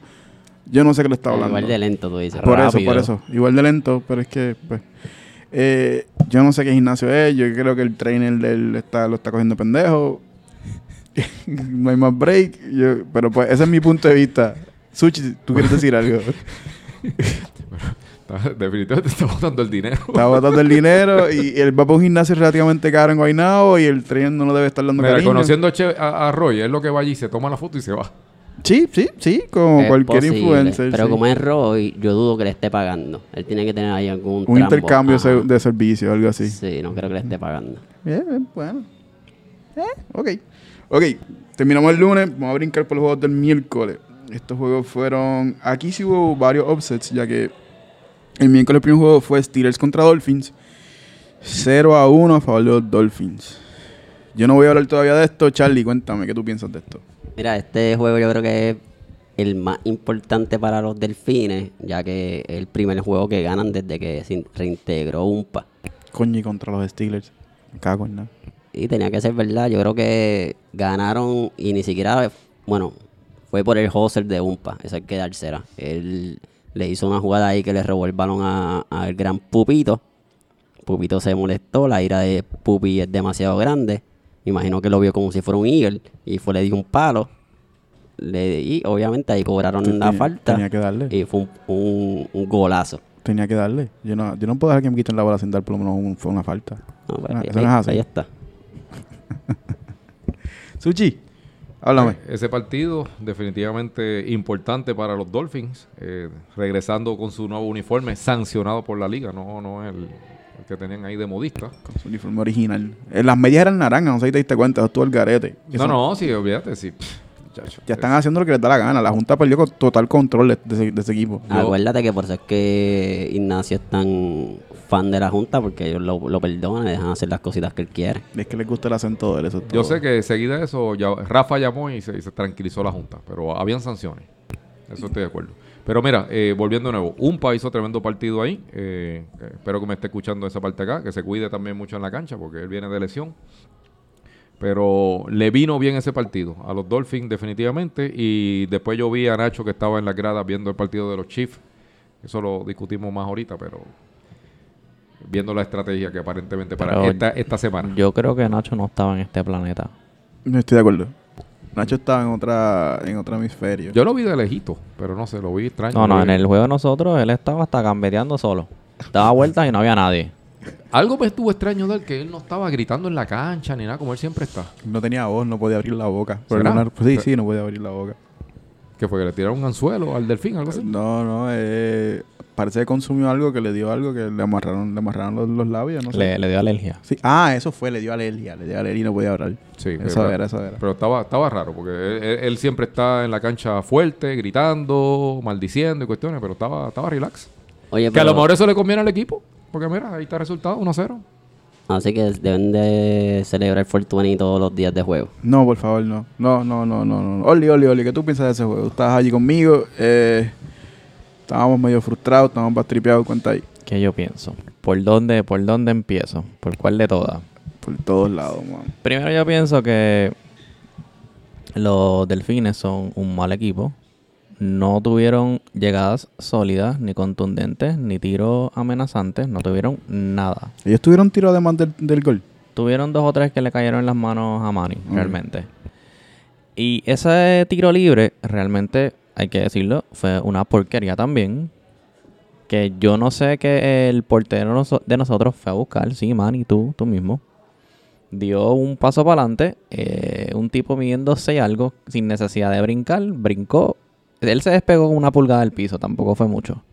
Yo no sé qué le está hablando.
Igual de lento, tú dices.
Por eso,
Rápido.
por eso. Igual de lento, pero es que... pues, eh, yo no sé qué gimnasio es. Yo creo que el trainer de él está, lo está cogiendo pendejo. no hay más break. Yo- pero pues ese es mi punto de vista. Suchi, ¿tú quieres decir algo?
Está- Definitivamente está botando el dinero.
Está botando el dinero y él va para un gimnasio relativamente caro en Guaynabo y el tren no lo debe estar dando
Mira,
cariño.
conociendo a, Che- a- a Roy, es lo que va allí, se toma la foto y se va.
Sí, sí, sí, como
Es
cualquier
posible,
influencer.
Pero
sí.
como es Roy, yo dudo que le esté pagando. Él tiene que tener ahí algún.
un
trambo.
intercambio
Ajá.
se- de servicio, algo así.
Sí, no creo que le esté pagando.
Bien, bien, bueno. Eh, ok. Ok, terminamos el lunes, vamos a brincar por los juegos del miércoles. Estos juegos fueron... Aquí sí hubo varios offsets, ya que el miércoles el primer juego fue Steelers contra Dolphins. 0 a 1 a favor de los Dolphins. Yo no voy a hablar todavía de esto. Charlie, cuéntame, ¿qué tú piensas de esto?
Mira, este juego yo creo que es el más importante para los delfines, ya que es el primer juego que ganan desde que se in- reintegró UMPA.
Coño, y contra los Steelers. Me cago en nada.
Y tenía que ser verdad. Yo creo que ganaron y ni siquiera. Bueno, fue por el hoser de Umpa. Esa hay que dársela. Él le hizo una jugada ahí que le robó el balón a- al gran Pupito. Pupito se molestó. La ira de Pupi es demasiado grande. Me imagino que lo vio como si fuera un Eagle. Y fue, le dio un palo. Le, y obviamente ahí cobraron la
Tenía-
falta. Eh.
Tenía que darle.
Y fue un, un- un golazo.
Tenía que darle. Yo no, yo no puedo dejar que me quiten la bola sin dar por lo menos un- fue una falta.
No, pues,
Ah,
ahí-
eso no es
ahí-
así.
ahí está.
Suchi, háblame.
Eh, Ese partido definitivamente importante para los Dolphins, eh, regresando con su nuevo uniforme, sancionado por la liga, no, no el, el que tenían ahí de modista.
Con su uniforme original. Eh, Las medias eran naranjas, no sé si te diste cuenta, eso estuvo el garete.
No,
Eso-
no, sí, olvídate, sí. pff, muchacho.
Ya están haciendo lo que les da la gana. La Junta perdió con total control de, de ese, de ese equipo.
Yo-
Acuérdate que por eso es que Ignacio es tan fan de la Junta, porque ellos lo, lo perdonan, le dejan hacer las cositas que él quiere.
Es que les gusta el acento de él, eso es
Yo
todo.
sé que seguida de eso, ya- Rafa llamó y se, y se tranquilizó la Junta, pero habían sanciones. Eso estoy de acuerdo. Pero mira, eh, volviendo de nuevo, UMPA hizo tremendo partido ahí. eh, eh, espero que me esté escuchando esa parte acá, que se cuide también mucho en la cancha, porque él viene de lesión. Pero le vino bien ese partido a los Dolphins definitivamente. Y después yo vi a Nacho que estaba en la grada viendo el partido de los Chiefs. Eso lo discutimos más ahorita, pero viendo la estrategia que aparentemente para
Pero-
esta, esta semana.
Yo creo que Nacho no estaba en este planeta.
No estoy de acuerdo. Nacho estaba en otra en otro hemisferio.
Yo lo vi de lejito, pero no sé, lo vi extraño.
No, no,
Lo
en
vi-
el juego de nosotros él estaba hasta gambeteando solo. Daba vueltas y no había nadie.
Algo me estuvo extraño de él, que él no estaba gritando en la cancha ni nada, como él siempre está.
No tenía voz, no podía abrir la boca. Por
¿Será?
alguna- Sí,
Pero-
sí, no podía abrir la boca.
Que fue que le tiraron un anzuelo al delfín, algo así.
No, no, eh, parece que consumió algo que le dio algo que le amarraron, le amarraron los, los labios, no sé.
Le, le dio alergia.
Sí. Ah, eso fue, le dio alergia, le dio alergia y no podía hablar.
Sí,
Eso
pero-
era, eso era.
Pero estaba, estaba raro, porque él, él- él siempre está en la cancha fuerte, gritando, maldiciendo y cuestiones, pero estaba, estaba relax.
Oye,
Que a
pero-
lo mejor eso le conviene al equipo, porque mira, ahí está el resultado, 1-0.
Así que deben de celebrar Fortuny todos los días de juego.
No, por favor, no. No, no, no, no, no. Oli, Oli, Oli, ¿qué tú piensas de ese juego? Estabas allí conmigo, eh, estábamos medio frustrados, estábamos bastripeados, cuenta ahí.
¿Qué yo pienso? ¿Por dónde, por dónde empiezo? ¿Por cuál de todas?
Por todos lados, man.
Primero yo pienso que los delfines son un mal equipo. No tuvieron llegadas sólidas, ni contundentes, ni tiros amenazantes. No tuvieron nada.
Ellos tuvieron tiro además del, del gol.
Tuvieron dos o tres que le cayeron en las manos a Manny, realmente. Y ese tiro libre, realmente, hay que decirlo, fue una porquería también. Que yo no sé que el portero noso- de nosotros fue a buscar, sí, Manny, tú, tú mismo. Dio un paso para adelante, eh, un tipo midiéndose algo, sin necesidad de brincar, brincó. Él se despegó con una pulgada del piso, tampoco fue mucho.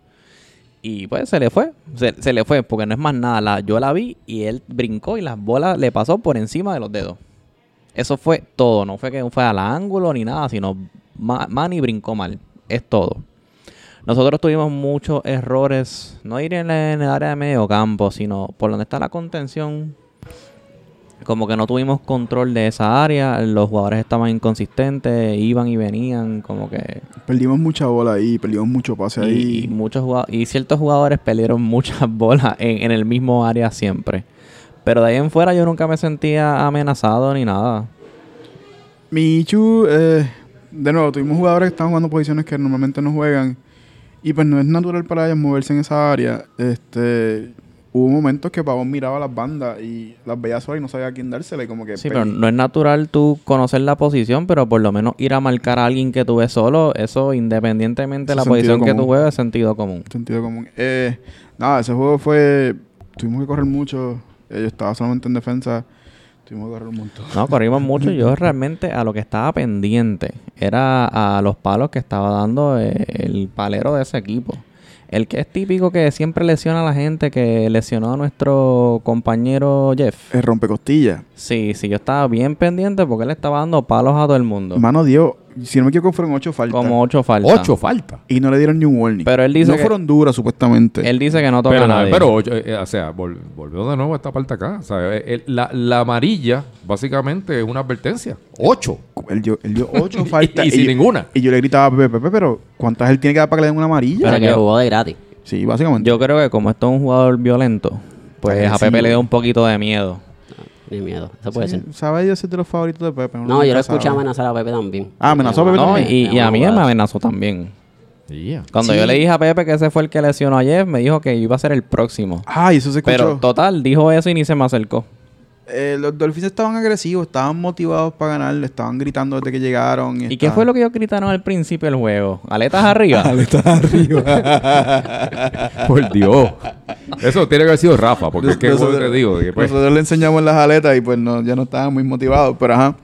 Y pues se le fue, se, se le fue, porque no es más nada. La- yo la vi y él brincó y las bolas le pasó por encima de los dedos. Eso fue todo, no fue que fue al ángulo ni nada, sino Ma- Manny brincó mal. Es todo. Nosotros tuvimos muchos errores, no ir en el en el área de medio campo, sino por donde está la contención. Como que no tuvimos control de esa área, los jugadores estaban inconsistentes, iban y venían, como que
Perdimos mucha bola ahí, perdimos mucho pase
y, y
ahí.
muchos jugado- y ciertos jugadores perdieron muchas bolas en, en el mismo área siempre. Pero de ahí en fuera yo nunca me sentía amenazado ni nada.
Michu, eh, de nuevo, tuvimos jugadores que estaban jugando posiciones que normalmente no juegan. Y pues no es natural para ellos moverse en esa área. Este, hubo momentos que Pavón miraba las bandas y las veía solas y no sabía a quién dársela. y como que
Sí,
pe-
pero no es natural tú conocer la posición, pero por lo menos ir a marcar a alguien que tú ves solo, eso independientemente de la
Eso es sentido
posición que tú
común.
juegas, es sentido común.
Sentido común. Eh, nada, ese juego fue. Tuvimos que correr mucho. Eh, yo estaba solamente en defensa. Tuvimos que correr un montón.
No, corrimos mucho. Yo realmente a lo que estaba pendiente era a los palos que estaba dando eh, el palero de ese equipo. El que es típico que siempre lesiona a la gente, que lesionó a nuestro compañero Jeff.
El Eh, rompecostillas.
Sí, sí, yo estaba bien pendiente porque él estaba dando palos a todo el mundo.
Mano dio. Si no me equivoco, fueron ocho faltas.
Como ocho faltas.
Ocho falta.
Y no le dieron ni un warning.
Pero él dice
no
que-
fueron duras, supuestamente.
Él dice que no toca
Pero,
a nadie.
pero, eh, eh, o sea, vol- volvió de nuevo a esta parte acá. O sea, eh, el- la, la amarilla, básicamente, es una advertencia. Oh, Ocho.
Él dio, él dio ocho
Y-
faltas.
y sin
yo-
ninguna.
Y yo le gritaba a Pepe, Pepe, pero ¿cuántas él tiene que dar para que le den una amarilla?
Pero
Pero
que
yo-
jugó de gratis.
Sí, básicamente.
Yo creo que como esto es un jugador violento, pues a
Agresivo.
Pepe le dio un poquito de miedo.
Ah, Ni miedo. Eso puede
Sí,
ser.
Sabe Dios si es de los favoritos de Pepe. uno
No,
nunca
yo lo
sabe.
escuché amenazar a Pepe también.
Ah, amenazó a Pepe
No,
también.
y, y a mí me amenazó también. Cuando
Sí.
yo le dije a Pepe que ese fue el que lesionó a Jeff, me dijo que iba a ser el próximo.
Ay, eso Ah, se escuchó.
Pero total, dijo eso y ni se me acercó.
Eh, los Dolphins estaban agresivos, estaban motivados para ganar, le estaban gritando desde que llegaron.
¿Y qué fue lo que ellos gritaron al principio del juego? ¿Aletas arriba?
Por Dios. Eso tiene que haber sido Rafa, porque es que es lo que te digo. que, pues,
Nosotros le enseñamos las aletas y pues no, ya no estaban muy motivados, pero ajá.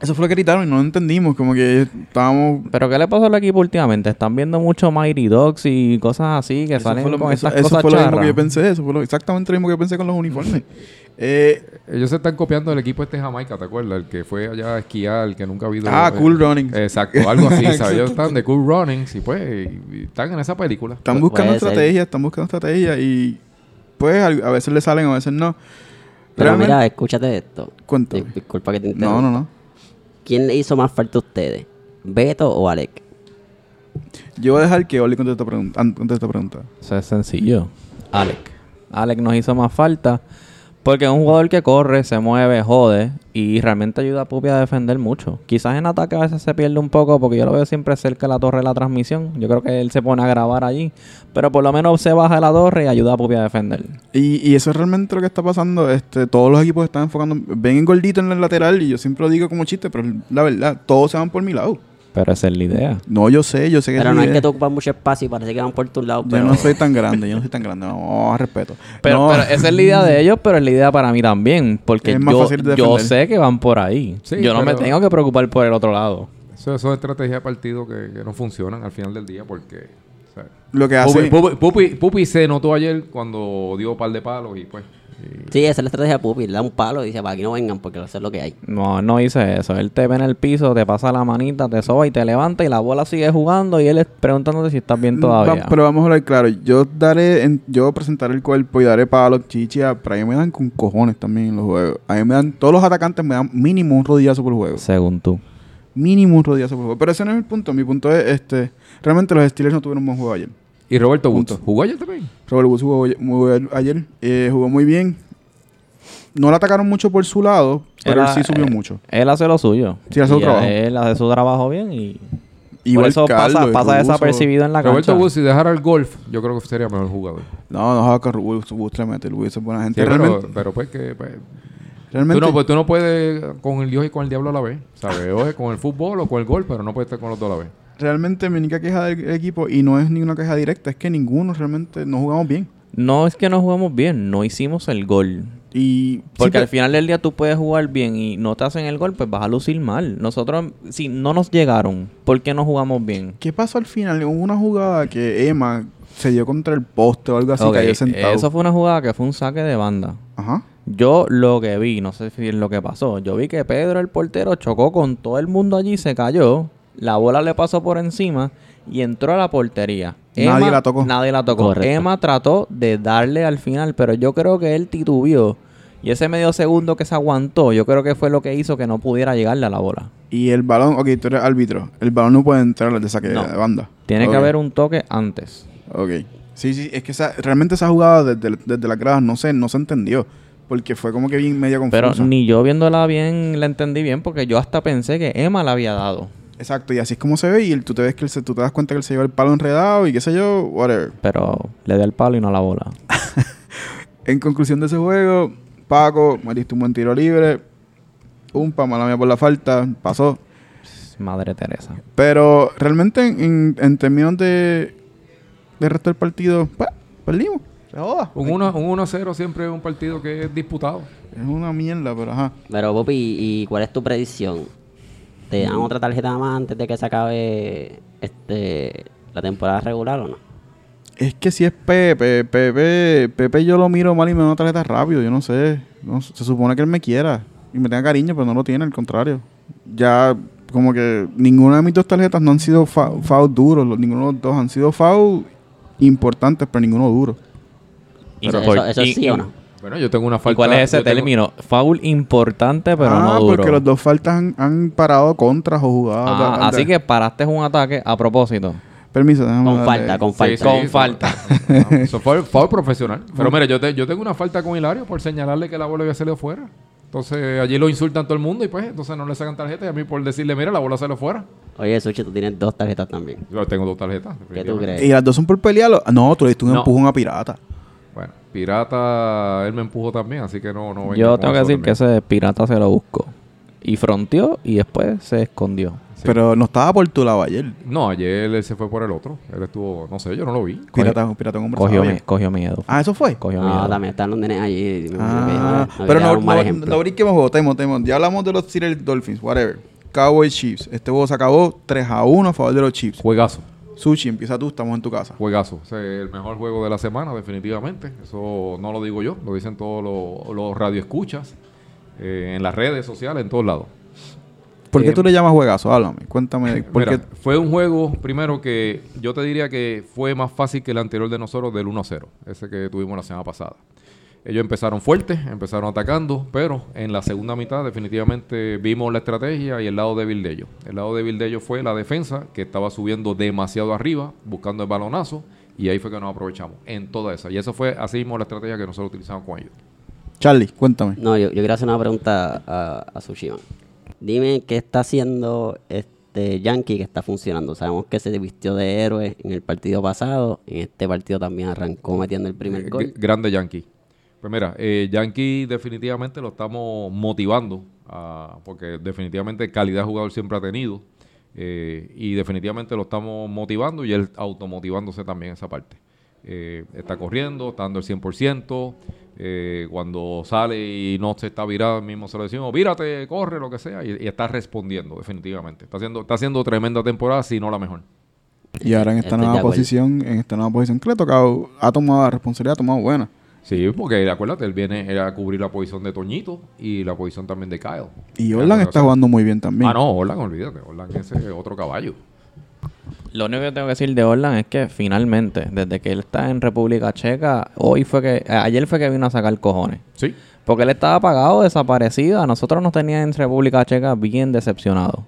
Eso fue lo que gritaron y no lo entendimos, como que estábamos...
¿Pero qué le pasó al equipo últimamente? Están viendo mucho Mighty Dogs y cosas así que
Eso
salen
fue, lo,
con
eso-
estas
eso
cosas
fue lo mismo
charras.
que yo pensé, eso fue lo- exactamente lo mismo que yo pensé con los uniformes.
Mm.
Eh,
ellos se están copiando del equipo este de Jamaica, ¿te acuerdas? El que fue allá a esquiar, el que nunca ha habido.
ah,
eh,
Cool Running.
Exacto, algo así, ¿sabes? Ellos están de Cool Runnings y pues y- y están en esa película.
Están buscando
Puede ser.
estrategias, están buscando estrategias y pues al- a veces le salen, a veces no.
Pero
Realmente-
mira, escúchate esto.
Cuéntame.
Dis- Disculpa que te interrumpa.
No, no, no.
¿Quién le hizo más falta a ustedes? ¿Beto o Alec?
Yo voy a dejar que Oli conteste esta pregunta. an- conteste esta pregunta.
Eso es sencillo. Alec. Alec nos hizo más falta Porque es un jugador que corre, se mueve, jode y realmente ayuda a Pupi a defender mucho. Quizás en ataque a veces se pierde un poco porque yo lo veo siempre cerca de la torre de la transmisión. Yo creo que él se pone a grabar allí. Pero por lo menos se baja de la torre y ayuda a Pupi a defender.
Y, y eso es realmente lo que está pasando. Este, todos los equipos están enfocando. Ven en gordito en el lateral y yo siempre lo digo como chiste, pero la verdad, todos se van por mi lado.
Pero esa es la idea.
No, yo sé, yo sé que
Pero
es
no
mi
es que
idea.
tú ocupas mucho espacio y parece que van por tu lado.
Yo
Pero
no soy tan grande, yo no soy tan grande. No, oh, respeto.
Pero,
No.
pero esa es la idea de ellos, pero es la idea para mí también. Porque
Es más
yo,
fácil de
yo
defender.
sé que van por ahí.
Sí,
yo no me
pero-
tengo que preocupar por el otro lado.
Eso, eso es estrategia de partido que, que no funcionan al final del día porque... o sea,
Lo que
Pupi,
hace. Mm,
Pupi- Pupi- Pupi se notó ayer cuando dio un par de palos y pues... y-
Sí, esa es la estrategia de Pupi. Le da un palo y dice, para aquí no vengan porque eso es lo que hay.
No, no hice eso. Él te ve en el piso, te pasa la manita, te soba y te levanta y la bola sigue jugando y él es preguntándote si estás bien todavía.
Mm, Va- pero vamos a hablar claro. Yo daré, en- yo presentaré el cuerpo y daré palos, chichi, a- pero a mí me dan con cojones también en los juegos. A mí me dan, todos los atacantes me dan mínimo un rodillazo por juego.
Según tú.
Mínimo un rodillazo por juego. Pero ese no es el punto. Mi punto es, este, realmente los Steelers no tuvieron un buen juego ayer.
Y, Roberto
Punto.
Woods. ¿Jugó ayer también?
Robert Woods jugó ayer- muy bien ayer, eh, jugó muy bien. No le atacaron mucho por su lado, pero
Era-
él sí subió
eh,
mucho.
Él hace lo suyo.
Sí, hace su
Y
trabajo.
Él hace su trabajo bien y.
Igual
por eso
Carlos,
pasa, pasa
Russo.
desapercibido en la
Roberto
cancha.
Woods, si dejara el golf, yo creo que sería mejor jugador.
No, no, Jaca Woods, Woods le mete, Woods es buena gente.
Sí,
realmente,
pero, pero pues que... pues,
realmente
Tú no, pues, tú no puedes con el Dios y con el diablo a la vez. ¿Sabes? O es con el fútbol o con el gol, pero no puedes estar con los dos a la vez.
Realmente mi única queja del equipo, y no es ninguna queja directa, es que ninguno realmente no jugamos bien.
No es que no jugamos bien, no hicimos el gol.
Y
Porque
sí,
al final del día tú puedes jugar bien y no te hacen el gol, pues vas a lucir mal. Nosotros, si no nos llegaron, ¿por qué no jugamos bien?
¿qué pasó al final? Hubo una jugada que Emma se dio contra el poste o algo así,
Ok,
cayó sentado.
Eso fue una jugada que fue un saque de banda.
Ajá.
Yo lo que vi, no sé si es lo que pasó, yo vi que Pedro el portero chocó con todo el mundo allí, se cayó, la bola le pasó por encima y entró a la portería.
Nadie la tocó.
Nadie la tocó.
Correcto.
Emma trató de darle al final, pero yo creo que él titubeó y ese medio segundo que se aguantó, yo creo que fue lo que hizo que no pudiera llegarle a la bola.
Y el balón, ok, tú eres árbitro. El balón no puede entrar al de saque
No.
de banda.
Tiene
Ok,
que haber un toque antes.
Ok. Sí, sí, es que esa- realmente esa jugada desde, desde las gradas no se, no se entendió. Porque fue como que bien media confusa.
Pero ni yo viéndola bien la entendí bien porque yo hasta pensé que Emma la había dado.
Exacto, y así es como se ve. Y el- tú te ves que él se- tú te das cuenta que él se lleva el palo enredado y qué sé yo, whatever.
Pero le dio el palo y no la bola.
En conclusión de ese juego, Paco, metiste un buen tiro libre. Pumpa, mala mía por la falta, pasó.
Madre Teresa.
Pero realmente en, en- en términos de, de resto del partido, pues, perdimos. Se joda.
Un 1 un 1-0 siempre es un partido que es disputado.
Es una mierda, pero ajá.
Pero, Pupi, ¿y cuál es tu predicción? ¿Te
Mm.
dan otra tarjeta más antes de que se acabe este la temporada regular o no?
Es que si es Pepe, Pepe, Pepe yo lo miro mal y me da una tarjeta rápido, yo no sé. No, sé, se supone que él me quiera y me tenga cariño, pero no lo tiene, al contrario. Ya como que ninguna de mis dos tarjetas no han sido fau, foul duros, los- ninguno de los dos han sido foul importantes, pero ninguno duro.
Eso-
Pero-
eso,
por-
eso
y-
sí o no?
Bueno, yo tengo una
¿Y
falta...
cuál es ese
yo tengo-
término? Foul importante, pero
ah,
no
porque
duro.
los dos faltas han, han parado contras o jugadas.
Ah,
de-
así
de-
que paraste un ataque a propósito.
Permiso, déjame
Con
darle-
falta, con
Sí,
falta.
sí,
Con
sí.
falta.
Ah, Eso fue foul profesional. Pero mira, yo, te- yo tengo una falta con Hilario por señalarle que la bola había salido fuera. Entonces allí lo insultan todo el mundo y pues entonces no le sacan tarjeta y a mí por decirle, mira, la bola salió fuera.
Oye, Suchi, tú tienes dos tarjetas también.
Yo tengo dos tarjetas.
¿Qué tú
definitivamente.
crees?
Y las dos son por pelearlo. Ah, No, tú le diste un
No.
empujón a pirata.
Bueno, Pirata, él me empujó también, así que no, no venga
Yo
con
tengo que
eso
decir que
también.
ese pirata se lo buscó. Y fronteó y después se escondió.
Sí.
Pero no estaba por tu lado ayer.
No, ayer él se fue por el otro. Él estuvo, no sé, yo no lo vi.
Pirata, pirata con
Cogió,
brazos
mi- cogió miedo.
Ah, eso fue.
Cogió
No,
miedo.
también están los nenes allí. me imagino que
Ah,
me- me
pero
dieron
no,
un mal
no,
ejemplo.
no brinquemos juego, Temo, Temo. Ya hablamos de los Steelers Dolphins, whatever. Cowboy Chiefs. Este juego se acabó 3 a 1 a favor de los Chiefs.
Juegazo,
Sushi, empieza tú, estamos en tu casa.
juegazo. Ese es el mejor juego de la semana, definitivamente. Eso no lo digo yo, lo dicen todos los, los radioescuchas, eh, en las redes sociales, en todos lados.
¿Por qué
Eh,
tú le llamas juegazo? Háblame, cuéntame. Porque
Mira, fue un juego, primero, que yo te diría que fue más fácil que el anterior de nosotros del 1-0, ese que tuvimos la semana pasada. Ellos empezaron fuertes, empezaron atacando, pero en la segunda mitad definitivamente vimos la estrategia y el lado débil de ellos. El lado débil de ellos fue la defensa, que estaba subiendo demasiado arriba, buscando el balonazo, y ahí fue que nos aprovechamos en toda esa. Y eso fue así mismo la estrategia que nosotros utilizamos con ellos.
Charlie, cuéntame.
No, yo, yo quiero hacer una pregunta a, a Tsushima. Dime qué está haciendo este Yankee que está funcionando. Sabemos que se vistió de héroe en el partido pasado. En este partido también arrancó metiendo el primer
G-
gol.
Eh, Grande Yankee. Pues mira, eh, Yankee definitivamente lo estamos motivando, a- porque definitivamente calidad de jugador siempre ha tenido, eh, y definitivamente lo estamos motivando y él automotivándose también esa parte. Eh, está corriendo, está dando el 100%, eh, cuando sale y no se está virado, él mismo se lo decimos, vírate, corre, lo que sea, y, y está respondiendo definitivamente. Está haciendo, está haciendo tremenda temporada, si no la mejor.
Y ahora
Este
en esta
Estoy de
nueva
acuerdo.
posición, en esta nueva posición que le ha tocado, ha tomado la responsabilidad, ha tomado buena.
Sí, porque acuérdate, él viene era a cubrir la posición de Toñito y la posición también de Kyle.
Y
Claro,
Orlan
o
está
sea,
jugando muy bien también.
Ah, no, Orlan, olvídate. Orlan ese es eh, otro caballo.
Lo único que tengo que decir de Orlan es que finalmente, desde que él está en República Checa, hoy fue que, eh, ayer fue que vino a sacar cojones.
Sí.
Porque él estaba apagado, desaparecido. A nosotros nos tenía en República Checa bien decepcionado.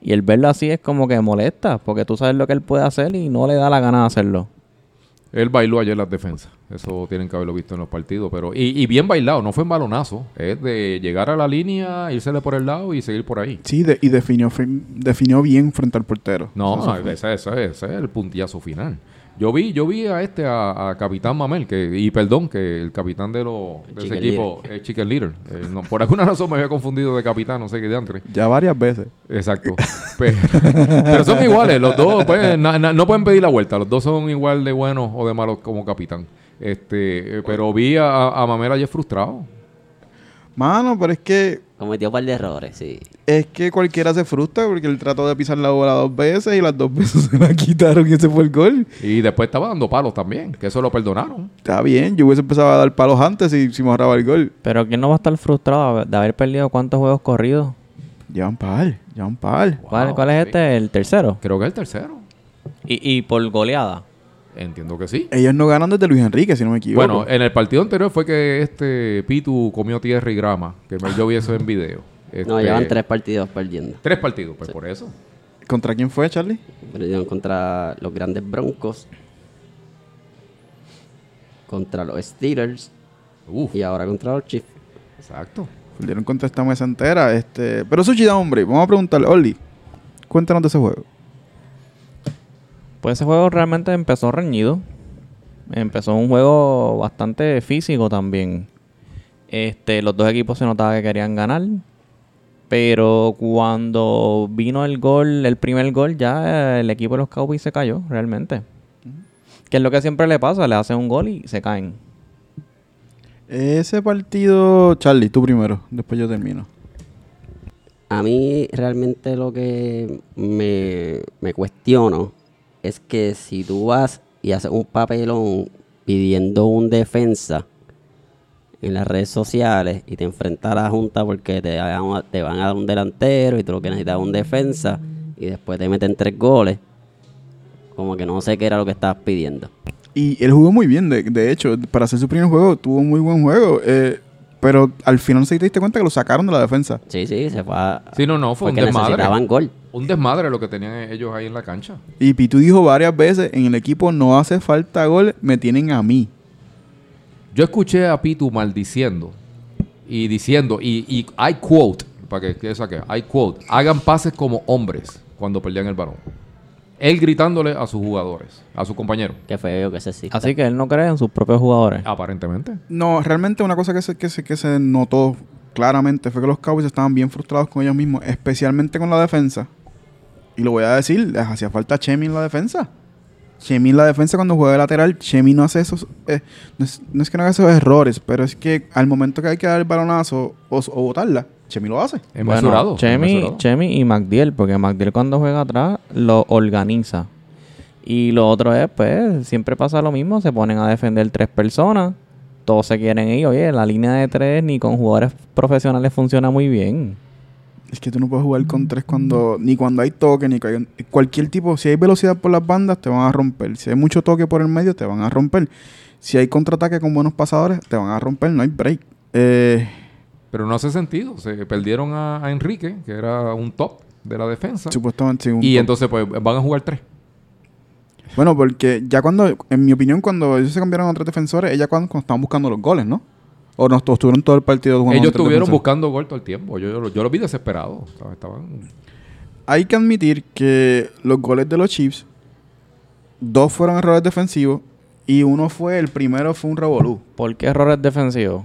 Y el verlo así es como que molesta, porque tú sabes lo que él puede hacer y no le da la gana de hacerlo.
Él bailó ayer las defensas. Eso tienen que haberlo visto en los partidos. pero Y, y bien bailado, no fue en balonazo. Es de llegar a la línea, írsele por el lado y seguir por ahí.
Sí, de- y definió, fe- definió bien frente al portero.
No,
Eso fue.
ese, ese- ese es el puntillazo final. Yo vi, yo vi a este, a, a Capitán Mamel, que, y perdón, que el capitán de, los de ese
Chicken
equipo es Chicken Leader. Eh, no, por alguna razón me había confundido de capitán, no sé qué de antes.
Ya varias veces.
Exacto. Pe- Pero, son iguales, los dos pues, na- na- no pueden pedir la vuelta, los dos son igual de buenos o de malos como capitán. Este, eh, pero vi a, a Mamel ayer frustrado.
Mano, pero es que
Cometió un par de errores, sí.
es que cualquiera se frustra porque él trató de pisar la bola dos veces y las dos veces se la quitaron y ese fue el gol.
Y después estaba dando palos también, que eso lo perdonaron.
Está bien, yo hubiese empezado a dar palos antes y si me ahorraba el gol.
Pero ¿quién no va a estar frustrado de haber perdido cuántos juegos corridos?
Ya un par, ya un par.
¿Cuál,
Wow,
cuál es
sí.
este? ¿El tercero?
Creo que el tercero.
Y, y por goleada.
Entiendo que sí.
Ellos no ganan desde Luis Enrique, si no me equivoco.
Bueno, eh. en el partido anterior fue que este Pitu comió tierra y grama, que me- yo vi eso en video.
No,
Este,
llevan tres partidos perdiendo.
Tres partidos, pues por eso.
¿Contra quién fue, Charlie?
Perdieron contra los grandes Broncos, contra los Steelers
Uf,
y ahora contra los Chiefs.
exacto.
Perdieron contra esta mesa entera. Este... Pero Sushi da hombre. Vamos a preguntarle, Oli, cuéntanos de ese juego.
Pues ese juego realmente empezó reñido. Empezó un juego bastante físico también. Este, los dos equipos se notaba que querían ganar. Pero cuando vino el gol, el primer gol, ya eh, el equipo de los Cowboys se cayó realmente. Que es lo que siempre le pasa, le hacen un gol y se caen.
Ese partido, Charlie, tú primero, después yo termino.
A mí realmente lo que me, me cuestiono es que si tú vas y haces un papelón pidiendo un defensa en las redes sociales y te enfrentas a la junta porque te, van a- te van a dar un delantero y tú lo que necesitas es un defensa y después te meten tres goles, como que no sé qué era lo que estabas pidiendo.
Y él jugó muy bien, de, de hecho, para hacer su primer juego, tuvo muy buen juego. eh, pero al final se te diste cuenta que lo sacaron de la defensa.
Sí, sí, se fue a...
Sí, no, no, fue un
porque
desmadre.
necesitaban gol.
Un desmadre lo que tenían ellos ahí en la cancha.
Y Pitu dijo varias veces, en el equipo no hace falta gol, me tienen a mí.
Yo escuché a Pitu maldiciendo y diciendo, y, y I quote, para que, que saque, I quote, hagan pases como hombres cuando perdían el balón. Él gritándole a sus jugadores, a sus compañeros.
Que fue yo que sé sí.
Así que él no cree en sus propios jugadores.
Aparentemente.
No, realmente una cosa que se, que se, que se notó claramente fue que los Cowboys estaban bien frustrados con ellos mismos, especialmente con la defensa. Y lo voy a decir, les hacía falta Chemi en la defensa. Chemi en la defensa cuando juega de lateral, Chemi no hace esos... eh, no, es, no es que no haga esos errores, pero es que al momento que hay que dar el balonazo o, o botarla, Chemi lo hace.
Es
Bueno,
mesurado. es
Chemi,
mesurado.
Chemi y MacDiel, porque MacDiel cuando juega atrás lo organiza. Y lo otro es, pues, siempre pasa lo mismo, se ponen a defender tres personas, todos se quieren ir, oye, la línea de tres ni con jugadores profesionales funciona muy bien.
Es que tú no puedes jugar con tres cuando... Ni cuando hay toque, ni cuando hay- cualquier tipo... Si hay velocidad por las bandas, te van a romper. Si hay mucho toque por el medio, te van a romper. Si hay contraataque con buenos pasadores, te van a romper. No hay break. Eh,
Pero no hace sentido. Se perdieron a, a Enrique, que era un top de la defensa.
supuestamente... sí, un
y
top.
entonces, pues, van a jugar tres.
Bueno, porque ya cuando... En mi opinión, cuando ellos se cambiaron a tres defensores, ella cuando, cuando estaban buscando los goles, ¿no? O nos tuvieron todo el partido jugando con
Ellos
tres
estuvieron
defensas.
buscando gol todo el tiempo. Yo, yo, lo- yo los vi desesperados. ¿sabes? Estaban...
Hay que admitir que los goles de los Chiefs, dos fueron errores defensivos y uno fue, el primero fue un revolú.
¿Por qué errores defensivos?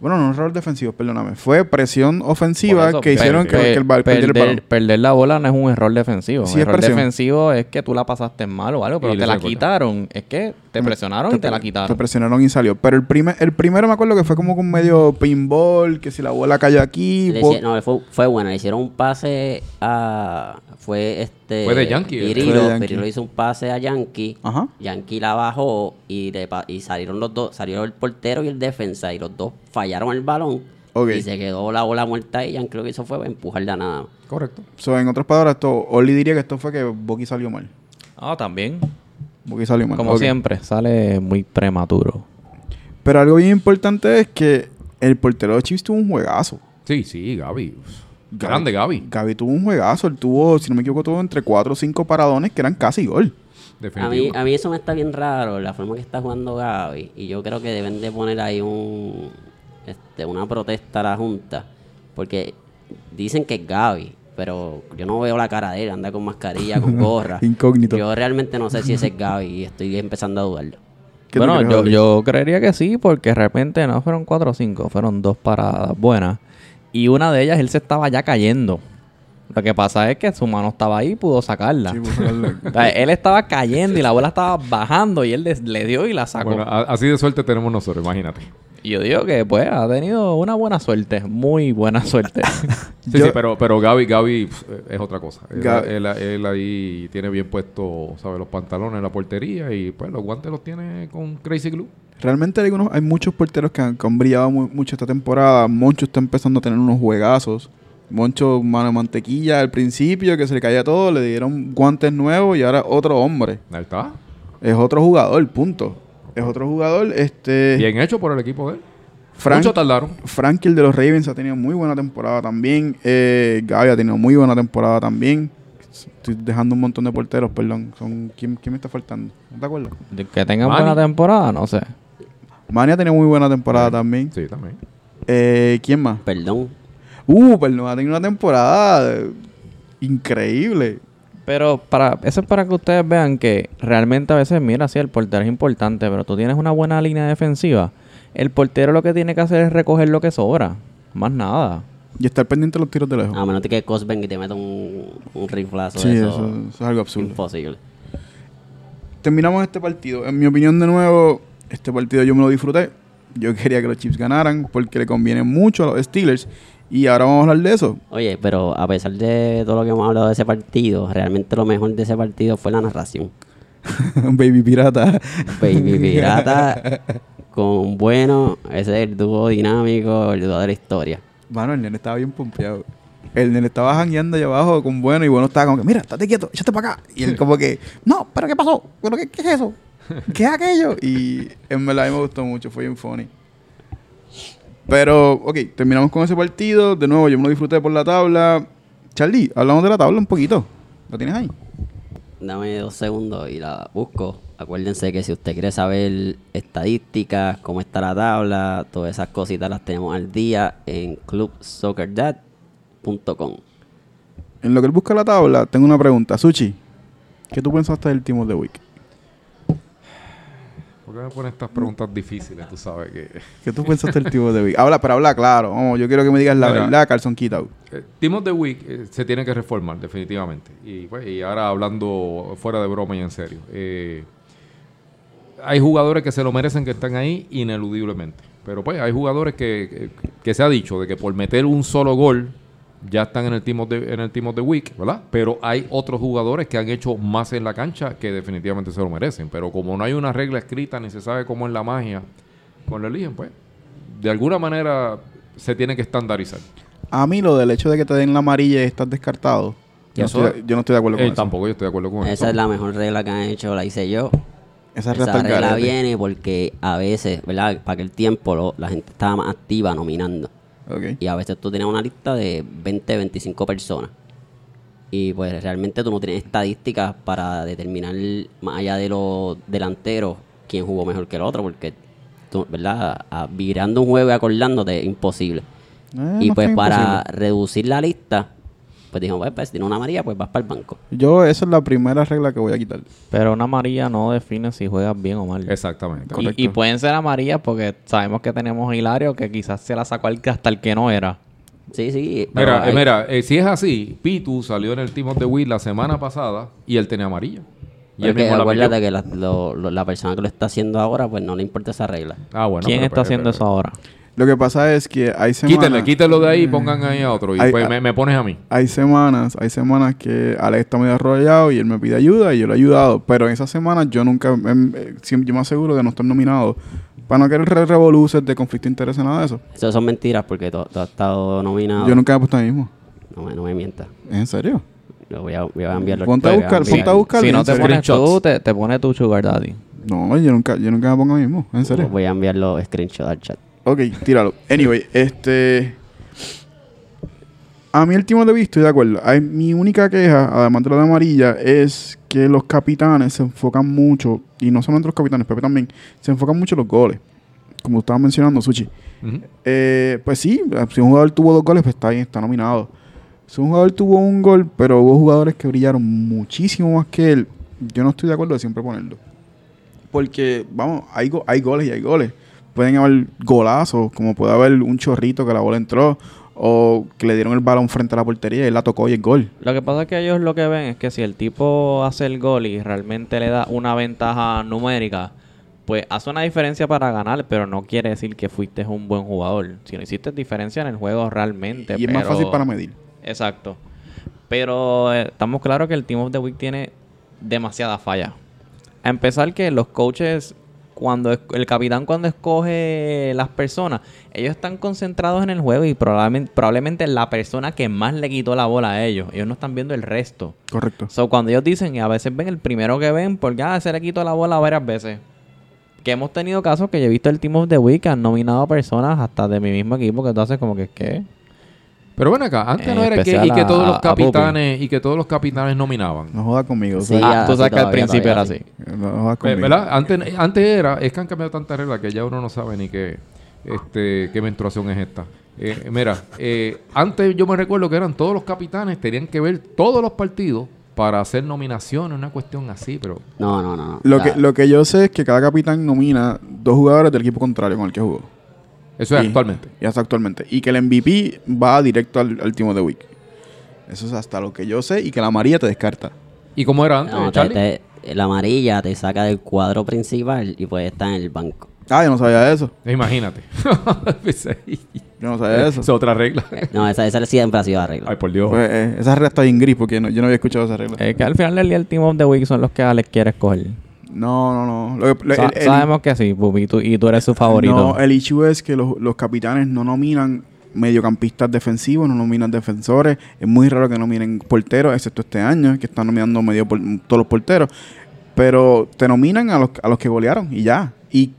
Bueno, no un error defensivo, perdóname. Fue presión ofensiva
Por eso,
que hicieron que,
per-
que el balón perdiera el
perder,
balón.
perder la bola no es un error defensivo.
Sí,
un
es
error
presión.
defensivo es que tú la pasaste mal o algo, pero
Y
te
le
la
sacó.
quitaron. Es que te presionaron y te la
Te
quitaron.
presionaron y salió. Pero el, primer, el primero me acuerdo que fue como con medio pinball, que si la bola cayó aquí...
Le
po-
hici- no, fue, fue bueno. Le hicieron un pase a. Fue este.
Fue de Yankee, ¿verdad?
Pirillo.
Fue de Yankee.
Pirillo hizo un pase a Yankee.
Ajá.
Yankee la bajó y, le pa- y salieron los dos. Salió el portero y el defensa. Y los dos fallaron el balón.
Ok.
Y se quedó la bola muerta. Y Yankee lo que hizo fue empujarla nada más.
Correcto.
So, en otras palabras, esto, Oli diría que esto fue que Boqui salió mal.
Ah, también.
Boqui salió mal.
Como
Ok.
siempre, sale muy prematuro.
Pero algo bien importante es que el portero de los Chiefs tuvo un juegazo.
Sí, sí, Gaby. Grande Gaby.
Gaby tuvo un juegazo. Él tuvo, si no me equivoco, tuvo entre 4 o 5 paradones que eran casi gol.
A mí,
Definitivo.
a mí eso me está bien raro, la forma que está jugando Gaby. Y yo creo que deben de poner ahí un, este, una protesta a la Junta. Porque dicen que es Gaby, pero yo no veo la cara de él. Anda con mascarilla, con gorra.
Incógnito.
Yo realmente no sé si ese es Gaby y estoy empezando a dudarlo.
¿Qué tú
Bueno,
crees,
yo,
Oli?
yo creería que sí, porque de repente no fueron cuatro o cinco, fueron dos paradas buenas. Y una de ellas él se estaba ya cayendo. Lo que pasa es que su mano estaba ahí y pudo sacarla.
Sí, por favor.
O sea, él estaba cayendo y la bola estaba bajando y él des- le, dio y la sacó.
ah.
Bueno, a- así de suerte tenemos nosotros, imagínate.
Y yo digo que pues ha tenido una buena suerte, muy buena suerte.
Sí,
Yo-
sí, pero, pero Gaby, Gaby pf, es otra cosa. Él,
Gaby-
él- él ahí tiene bien puesto, ¿sabes? Los pantalones en la portería y pues los guantes los tiene con Crazy Glue.
Realmente hay, unos, hay muchos porteros que han, que han brillado mu- mucho esta temporada. Moncho está empezando a tener unos juegazos. Moncho, mano de mantequilla al principio, que se le caía todo, le dieron guantes nuevos y ahora es otro hombre.
Ahí está.
Es otro jugador, punto. Es otro jugador. Este,
Bien hecho por el equipo de él.
Frank,
Mucho tardaron.
Frankie, el de los Ravens, ha tenido muy buena temporada también. Eh, Gaby ha tenido muy buena temporada también. Estoy dejando un montón de porteros, perdón. Son, ¿quién, quién me está faltando? ¿No te acuerdas?
De que tengan
Manny.
buena temporada, no sé.
Mania ha tenido muy buena temporada también.
Sí, también.
Eh, ¿Quién más?
Perdón.
Uh, perdón, ha tenido una temporada eh, increíble.
Pero para eso es para que ustedes vean que realmente a veces, mira, sí, el portero es importante, pero tú tienes una buena línea defensiva. El portero lo que tiene que hacer es recoger lo que sobra. Más nada.
Y estar pendiente de los tiros de lejos.
A menos de que Cosben y te meta un, un riflazo.
sí,
Ah, eso,
eso, eso es algo absurdo.
imposible.
Terminamos este partido. En mi opinión, de nuevo, este partido yo me lo disfruté. Yo quería que los Chiefs ganaran porque le conviene mucho a los Steelers. Y ahora vamos a hablar de eso.
Oye, pero a pesar de todo lo que hemos hablado de ese partido, realmente lo mejor de ese partido fue la narración.
Baby Pirata.
Baby Pirata con bueno, ese es el dúo dinámico, el dúo de la historia.
Mano, el nene estaba bien pompeado. El nene estaba jangueando allá abajo con bueno y bueno estaba como que, mira, estate quieto, échate para acá. Y él como que, no, pero ¿qué pasó? ¿Pero qué, qué es eso? ¿Qué es aquello? Y en verdad a mí me gustó mucho, fue bien funny. Pero, ok, terminamos con ese partido. De nuevo, yo me lo disfruté por la tabla. Charlie, hablamos de la tabla un poquito. ¿La tienes ahí?
Dame dos segundos y la busco. Acuérdense que si usted quiere saber estadísticas, cómo está la tabla, todas esas cositas las tenemos al día en clubsoccerdad.com.
En lo que él busca la tabla, tengo una pregunta. Suchi, ¿qué tú pensaste del Team of the Week?
¿Por qué me ponen estas preguntas difíciles? Tú sabes que...
¿Qué tú pensaste del Team of the Week? Habla, pero habla claro. Vamos, yo quiero que me digas la
Mira.
verdad, calzón quitado.
Eh, Team of the Week eh, se tiene que reformar, definitivamente. Y, pues, y ahora hablando fuera de broma y en serio. eh, hay jugadores que se lo merecen que están ahí ineludiblemente. Pero pues hay jugadores que, que- que se ha dicho de que por meter un solo gol ya están en el, team of the, en el Team of the Week, ¿verdad? Pero hay otros jugadores que han hecho más en la cancha que definitivamente se lo merecen. Pero como no hay una regla escrita ni se sabe cómo es la magia, cuando lo eligen, pues de alguna manera se tiene que estandarizar.
A mí lo del hecho de que te den la amarilla y estás descartado. Yo, no
Eso-
estoy, yo no estoy de acuerdo con
Eh,
eso.
Tampoco yo estoy de acuerdo con eso.
Esa es la mejor regla que han hecho, la hice yo.
Esa regla está
Esa
al
regla
garete.
viene porque a veces, ¿verdad? Para aquel tiempo lo- la gente estaba más activa nominando.
Ok.
Y a veces tú tienes una lista de 20, 25 personas. Y pues realmente tú no tienes estadísticas para determinar más allá de los delanteros quién jugó mejor que el otro, porque tú- ¿verdad? A- virando un juego y acordándote, imposible.
Eh,
y
más
pues
que
para
imposible.
reducir la lista, pues dijo, pues, pues, si tiene una amarilla, pues vas para el banco.
Yo, esa es la primera regla que voy a quitar.
Pero una amarilla no define si juegas bien o mal.
Exactamente.
Y- Y, pueden ser amarillas porque sabemos que tenemos a Hilario que quizás se la sacó al que hasta el que no era.
Sí, sí. pero
Mira, eh,
hay-
mira eh, si es así, Pitu salió en el Team of the Week la semana pasada y él tenía amarilla. Y
pero
él
es que
mismo la
acuérdate
pilló.
que la, lo- lo- la persona que lo está haciendo ahora, pues no le importa esa regla.
Ah, bueno,
¿Quién
pero,
está
pero,
haciendo
pero,
eso ahora?
Lo que pasa es que hay
pero.
semanas...
Quítenle, quítenlo de ahí y
Mm.
pongan ahí a otro. Y
Ay,
pues
ah.
me, me pones a mí.
Hay semanas, hay semanas que Alex está muy arrollado y él me pide ayuda y yo le he ayudado. Pero en esas semanas yo nunca, em, eh, siempre, yo me aseguro de no estar nominado. Para no querer re- revoluces de conflicto de intereses, nada de eso.
Eso son mentiras porque tú, tú has estado nominado.
Yo nunca me he puesto ahí mismo.
No me, no me mientas.
¿Es en serio?
Yo voy a, voy a enviarlo.
Ponte a
voy
buscar,
enviar-
ponte a buscar.
Si no
en
te
serio.
pones tú,
Screenshots.
te, te pone tu sugar daddy.
No, yo nunca, yo nunca me pongo ahí mismo. ¿En serio?
Voy a enviar los screenshots al chat.
Ok, tíralo. Anyway, este. A mí el Team de visto, estoy de acuerdo. Ay, mi única queja, además de la de amarilla, es que los capitanes se enfocan mucho, y no solamente los capitanes, pero también se enfocan mucho en los goles. Como estaba mencionando, Suchi.
Ujú.
Eh, pues sí, si un jugador tuvo dos goles, pues está bien, está nominado. Si un jugador tuvo un gol, pero hubo jugadores que brillaron muchísimo más que él, yo no estoy de acuerdo de siempre ponerlo. Porque, vamos, hay, go- hay goles y hay goles. Pueden haber golazos, como puede haber un chorrito que la bola entró, o que le dieron el balón frente a la portería y él la tocó y el gol.
Lo que pasa es que ellos lo que ven es que si el tipo hace el gol y realmente le da una ventaja numérica, pues hace una diferencia para ganar, pero no quiere decir que fuiste un buen jugador. Si no hiciste diferencia en el juego realmente.
Y es más
pero-
fácil para medir.
Exacto. Pero eh, estamos claros que el Team of the Week tiene demasiada falla. A empezar que los coaches, cuando es- el capitán cuando escoge las personas, ellos están concentrados en el juego y probablemente, probablemente la persona que más le quitó la bola a ellos. Ellos no están viendo el resto.
Correcto.
So, cuando ellos dicen, y a veces ven el primero que ven, porque ah, se le quitó la bola varias veces. Que hemos tenido casos que yo he visto el Team of the Week, que han nominado a personas hasta de mi mismo equipo, que tú haces como que, ¿qué?
Pero bueno acá, antes
En
no era que, y
especial
que
a-
todos
a-
los
a Poppy.
capitanes y que todos los capitanes nominaban.
No joda conmigo.
Sí,
o sea,
ya,
ah, tú sabes que al
todavía,
principio era
todavía,
así.
No joda
Ve-
conmigo.
Pues, ¿Verdad? Antes, antes era, es que han cambiado tantas reglas que ya uno no sabe ni qué, este, qué menstruación es esta. Eh, mira, eh, antes yo me recuerdo que eran todos los capitanes, tenían que ver todos los partidos para hacer nominaciones, una cuestión así, pero
No, no, no. no.
Lo,
O sea,
que, lo que yo sé es que cada capitán nomina dos jugadores del equipo contrario con el que jugó.
eso es
Sí.
actualmente.
Y hasta actualmente. Y que el MVP va directo al, al Team of the Week. Eso es hasta lo que yo sé y que la María te descarta.
¿Y cómo era antes,
no, te-
Ah, Charlie?
te- la amarilla te saca del cuadro principal y puede estar en el banco.
Ah, yo no sabía eso.
Imagínate. Pues ahí,
Yo no sabía eso.
es otra regla.
No, esa, esa siempre ha sido la regla.
Ay, por Dios.
Pues, eh, esa regla está bien gris porque no- yo no había escuchado esa regla.
Es Eh, que al final del día el Team of the Week son los que Alex quiere escoger.
No, no, no. Lo que- lo-
Sa-
el- el-
sabemos que sí, Bubi, y tú, y tú eres su favorito.
No, el issue es que los, los capitanes no nominan mediocampistas defensivos, no nominan defensores. Es muy raro que nominen porteros, excepto este año, que están nominando medio por- todos los porteros. Pero te nominan a los, a los que golearon y ya. Y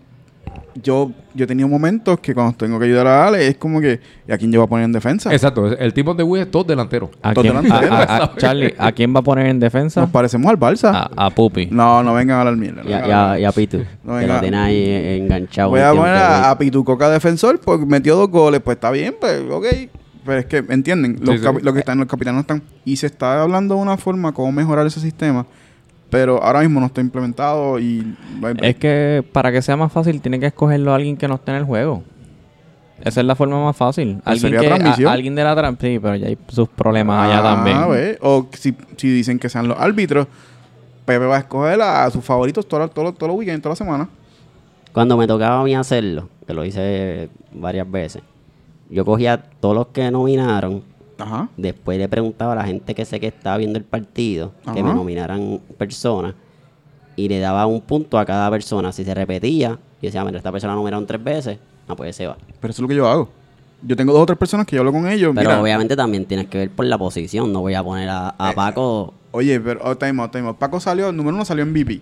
yo, yo he tenido momentos que cuando tengo que ayudar a Ale, es como que, ¿y a quién yo voy a poner en defensa?
Exacto, el tipo de Wii es todos delanteros.
¿A
Dos
quién, a,
delanteros.
a- a- Charlie, ¿a quién va a poner en defensa?
Nos parecemos al Barça.
A, a Pupi.
No, no vengan a hablar mierda. no
Ya,
vengan a
ya,
hablar.
ya, Pitu.
No,
que
venga.
lo tiene ahí eh, enganchado.
Voy
en
a
el
poner
tiempo de-
a, a Pitucoca defensor porque metió dos goles. Pues está bien, pues, ok. Pero es que, ¿entienden? Los
Sí, sí.
capi- Lo que están, los capitanes no están. Y se está hablando de una forma cómo mejorar ese sistema. Pero ahora mismo no está implementado y...
Es que para que sea más fácil, tiene que escogerlo a alguien que no esté en el juego. Esa es la forma más fácil.
Pues
Alguien,
sería
que, a-
transmisión.
alguien de la transmisión. Sí, pero ya hay sus problemas allá
Ah,
también.
ve. O si, si dicen que sean los árbitros, Pepe va a escoger a sus favoritos todos los todos los- todos los weekends, toda la semana.
Cuando me tocaba a mí hacerlo, que lo hice varias veces, yo cogía todos los que nominaron,
Ajá.
después le preguntaba a la gente que sé que estaba viendo el partido, que me
Ajá.
nominaran personas, y le daba un punto a cada persona. Si se repetía, yo decía, mira, esta persona nominaron tres veces, no, pues se va.
Pero eso es lo que yo hago. Yo tengo dos o tres personas que yo hablo con ellos.
Pero
mira,
obviamente también tienes que ver por la posición, no voy a poner a,
Eh.
a Paco...
Oye, pero oh, time out, time out. Paco salió, el número uno salió en VP.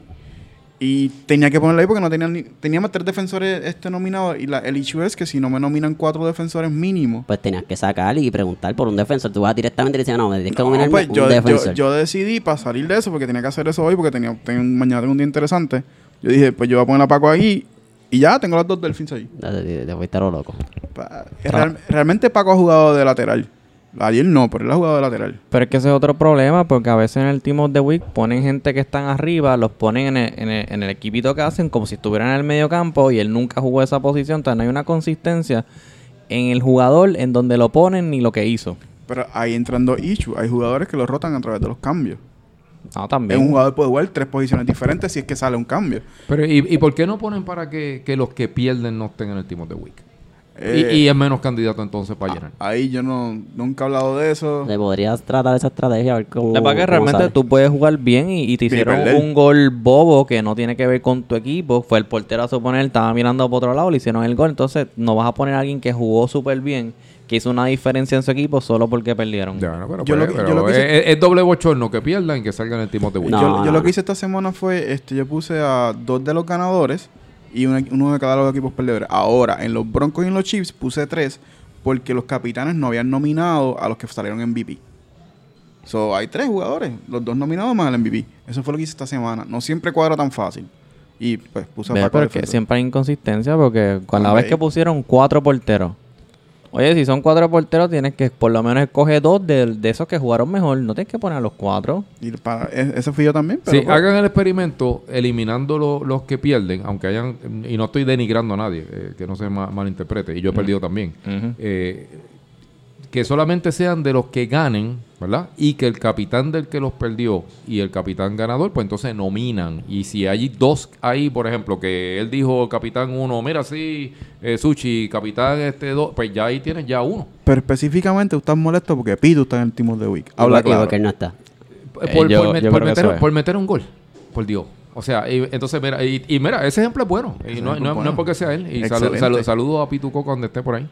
Y tenía que ponerlo ahí porque no tenía ni, teníamos tres defensores este nominado. Y la, el issue es que si no me nominan cuatro defensores mínimo.
Pues tenías que sacar y preguntar por un defensor. Tú vas directamente y le dices, no, me tienes que
No,
nominar
pues,
un
yo, yo-
defensor.
yo decidí para salir de eso porque tenía que hacer eso hoy porque tenía, tenía un- mañana tengo un día interesante. Yo dije, pues yo voy a poner a Paco aquí Y ya tengo las dos delfins ahí.
Te- Te te fuiste a lo loco.
Pa-
Ah.
real- realmente Paco ha jugado de lateral. Ayer no, pero él ha jugado de lateral.
Pero es que ese es otro problema, porque a veces en el Team of the Week ponen gente que están arriba, los ponen en el, en el- en el equipito que hacen como si estuvieran en el medio campo y él nunca jugó esa posición. Entonces no hay una consistencia en el jugador, en donde lo ponen ni lo que hizo.
Pero ahí entrando Ichu, hay jugadores que lo rotan a través de los cambios.
No,
Es un
también.
jugador puede jugar tres posiciones diferentes si es que sale un cambio.
Pero, ¿y, y por qué no ponen para que, que los que pierden no estén en el Team of the Week?
Eh, Ah.
y, y es menos candidato entonces para llenar.
Ahí yo no nunca he hablado de eso.
Le podrías tratar esa estrategia a ver cómo.
La verdad que
cómo
realmente
sale.
tú puedes jugar bien y, y te
Y
hicieron
perder.
un gol bobo que no tiene que ver con tu equipo. Fue el portero a suponer, estaba mirando por otro lado, le hicieron el gol. Entonces no vas a poner a alguien que jugó súper bien, que hizo una diferencia en su equipo solo porque perdieron.
Ya, no, pero
Yo lo
pues,
que- yo
pero
lo que hice-
es, es doble bochorno que pierdan y que salgan en el Team of the Week.
No,
yo, yo
no,
lo
no.
que hice esta semana fue, este, yo puse a dos de los ganadores y uno, uno de cada los equipos perdedores. Ahora, en los Broncos y en los Chiefs puse tres porque los capitanes no habían nominado a los que salieron en MVP. So, hay tres jugadores, los dos nominados más el MVP. Eso fue lo que hice esta semana. No siempre cuadra tan fácil. Y pues puse a
Ve,
Paco
pero es que
defensor.
siempre hay inconsistencia porque con la
Pues
Hombre,
vez que
y-
pusieron cuatro porteros. Oye, si son cuatro porteros, tienes que por lo menos escoger dos de, de esos que jugaron mejor. No tienes que poner a los cuatro.
Y para- e- ese fui yo también, pero
Sí,
pues,
hagan el experimento eliminando lo- los que pierden, aunque hayan, y no estoy denigrando a nadie, eh, que no se ma- malinterprete, y yo he perdido también, Eh, que solamente sean de los que ganen, ¿verdad? Y que el capitán del que los perdió y el capitán ganador, pues entonces nominan. Y si hay dos ahí, por ejemplo, que él dijo capitán uno, mira, sí, eh, Sushi, capitán este dos, pues ya ahí tienes ya uno.
pero específicamente tú estás molesto porque Pitu está en el Team of the Week.
Y
Habla
porque- y
claro.
porque él no está.
Por,
Eh,
por
yo- yo
me- por
creo que
meter,
eso es.
por meter un gol, por Dios. O sea, y- entonces, mira, y, y mira, ese ejemplo es bueno.
Ese
Y no,
ejemplo
no-
es bueno.
no es porque sea él. Y salu-
Excelente.
salu- saludo a Pituco cuando esté por ahí.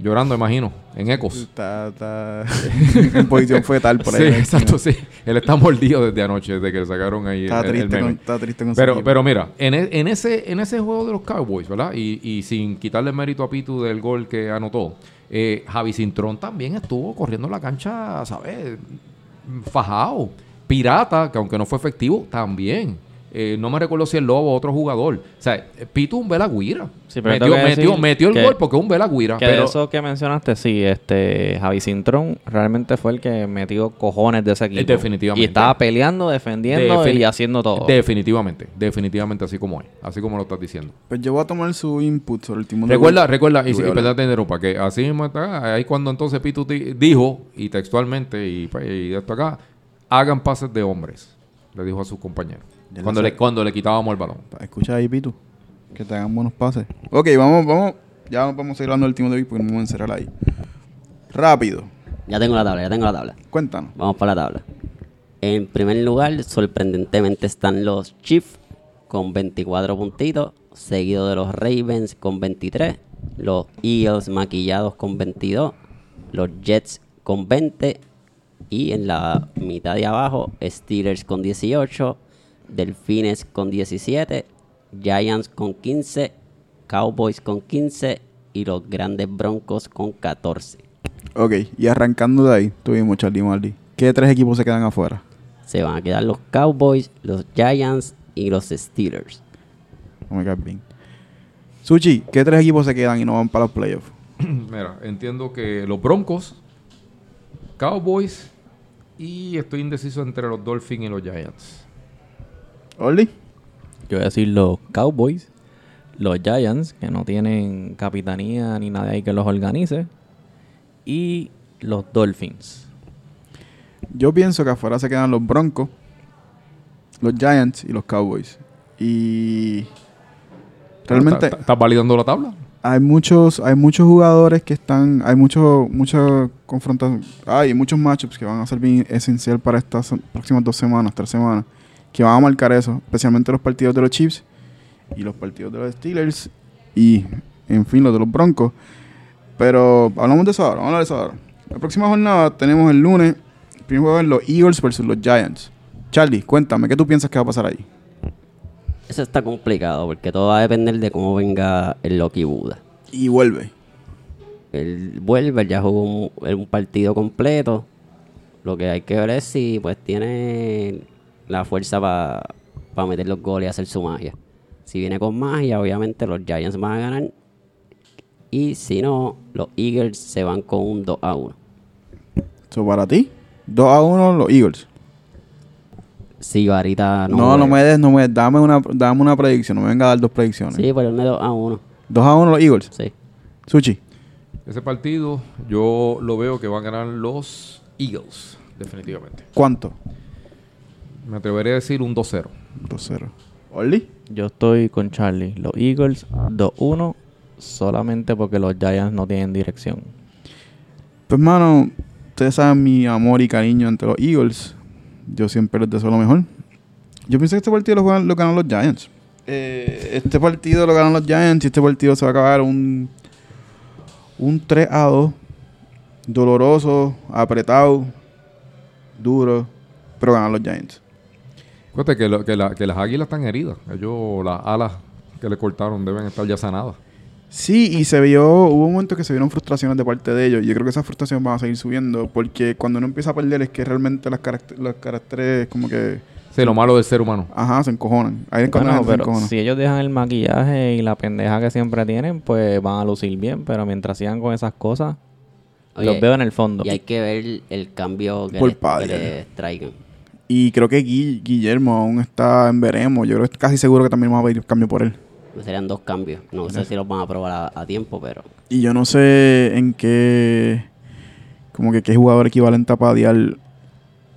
Llorando, imagino, en ecos.
Está, está en posición fetal por
sí,
ahí.
exacto, sí. Él está mordido desde anoche, desde que le sacaron ahí
Está
el- el
triste,
meme.
con, está triste con su
Pero,
equipo.
pero mira, en, e- en ese, en ese juego de los Cowboys, ¿verdad? Y, y sin quitarle mérito a Pitu del gol que anotó, eh, Javi Cintrón también estuvo corriendo la cancha, ¿sabes? Fajado. Pirata, que aunque no fue efectivo, también. Eh, no me recuerdo si el Lobo o otro jugador. O sea, Pitu un Belagüira.
Sí, pero
metió,
tengo que
metió,
decir
metió el
que-
gol porque es un Belagüira.
Que
Pero
de eso que mencionaste, sí, este Javi Cintrón realmente fue el que metió cojones de ese equipo.
Eh, definitivamente.
Y estaba peleando, defendiendo
Defini-
y haciendo todo.
definitivamente, definitivamente así como es. Así como lo estás diciendo.
Pues yo voy a tomar su input sobre el timón de
Recuerda,
Google.
recuerda,
Yo
y, y
voy a hablar.
perdón, de ropa, que así mismo está, ahí cuando entonces Pitu di- dijo, y textualmente, y, pues, y esto acá, hagan pases de hombres, le dijo a sus compañeros,
Ya lo
cuando le,
sé.
cuando le quitábamos el balón.
Escucha ahí, Pitu. Que te hagan buenos pases. Ok, vamos, vamos. Ya vamos a ir hablando del timón de Google porque no me voy a encerrar ahí. Rápido.
Ya tengo la tabla, ya tengo la tabla.
Cuéntanos.
Vamos para la tabla. En primer lugar, sorprendentemente están los Chiefs con 24 puntitos, seguido de los Ravens con 23, los Eagles maquillados con 22, los Jets con 20 y en la mitad de abajo Steelers con 18, Delfines con 17, Giants con 15, Cowboys con 15 y los Grandes Broncos con 14.
Ok, y arrancando de ahí, tuvimos Charlie Marley. ¿Qué tres equipos se quedan afuera?
se van a quedar los Cowboys, los Giants y los Steelers.
No me caes bien. Suchi, ¿qué tres equipos se quedan y no van para los playoffs?
Mira, entiendo que los Broncos, Cowboys, y estoy indeciso entre los Dolphins y los Giants.
¿Oli?
Yo voy a decir los Cowboys, los Giants, que no tienen capitanía ni nadie ahí que los organice, y los Dolphins.
Yo pienso que afuera se quedan los Broncos, los Giants y los Cowboys. Y. Realmente.
¿Estás- ¿Estás validando la tabla?
hay muchos hay muchos jugadores que están hay muchos muchas confrontación hay muchos matchups que van a ser bien esencial para estas se- próximas dos semanas tres semanas que van a marcar eso especialmente los partidos de los Chiefs y los partidos de los Steelers y en fin los de los Broncos pero hablamos de eso ahora vamos a hablar de eso ahora la próxima jornada tenemos el lunes el primer juego es los Eagles versus los Giants Charlie cuéntame qué tú piensas que va a pasar ahí
Eso está complicado porque todo va a depender de cómo venga el Loki Buda.
y vuelve
Él vuelve, él ya jugó un, un partido completo. Lo que hay que ver es si pues tiene la fuerza para meter los goles y hacer su magia. Si viene con magia, obviamente los Giants van a ganar. Y si no, los Eagles se van con un 2 a 1.
So, para ti, 2 a 1 los Eagles.
Si Varita no.
No, no,
muere.
me des, no me des. Dame una, dame una predicción. No me venga a dar dos predicciones.
Sí, por el 2 a 1.
2 a 1 los Eagles.
Sí.
Sushi.
Ese partido yo lo veo que van a ganar los Eagles, definitivamente.
¿Cuánto?
Me atreveré a decir un 2-0.
2-0. ¿Oli?
Yo estoy con Charlie. Los Eagles 2-1 solamente porque los Giants no tienen dirección.
Pues, mano, ustedes saben mi amor y cariño entre los Eagles. Yo siempre les deseo lo mejor. Yo pienso que este partido lo, juegan, lo ganan los Giants. Eh, este partido lo ganan los Giants y este partido se va a acabar un, un 3 a 2. Doloroso, apretado, duro, pero ganan los Giants.
Fíjate que, lo- que la- que las águilas están heridas. Ellos, las alas que le cortaron deben estar ya sanadas.
Sí, y se vio, hubo momentos que se vieron frustraciones de parte de ellos. Yo creo que esas frustraciones van a seguir subiendo porque cuando uno empieza a perder es que realmente las, caract- los caracteres como que,
Sí, lo malo del ser humano.
ajá, se encojonan. Ahí es cuando
Bueno,
la gente se
pero
encojona.
si ellos dejan el maquillaje y la pendeja que siempre tienen, pues van a lucir bien. Pero mientras sigan con esas cosas, los
Oye,
veo en el fondo.
Y hay que ver el cambio que,
Por
le- que
padre.
les traigan.
Y creo que Gui- Guillermo aún está en veremos. Yo creo que casi seguro que también vamos a pedir cambio por él.
Serían dos cambios. No sé si los van a probar a, a tiempo, pero
Y yo no sé en qué, como que qué jugador equivalente a Padial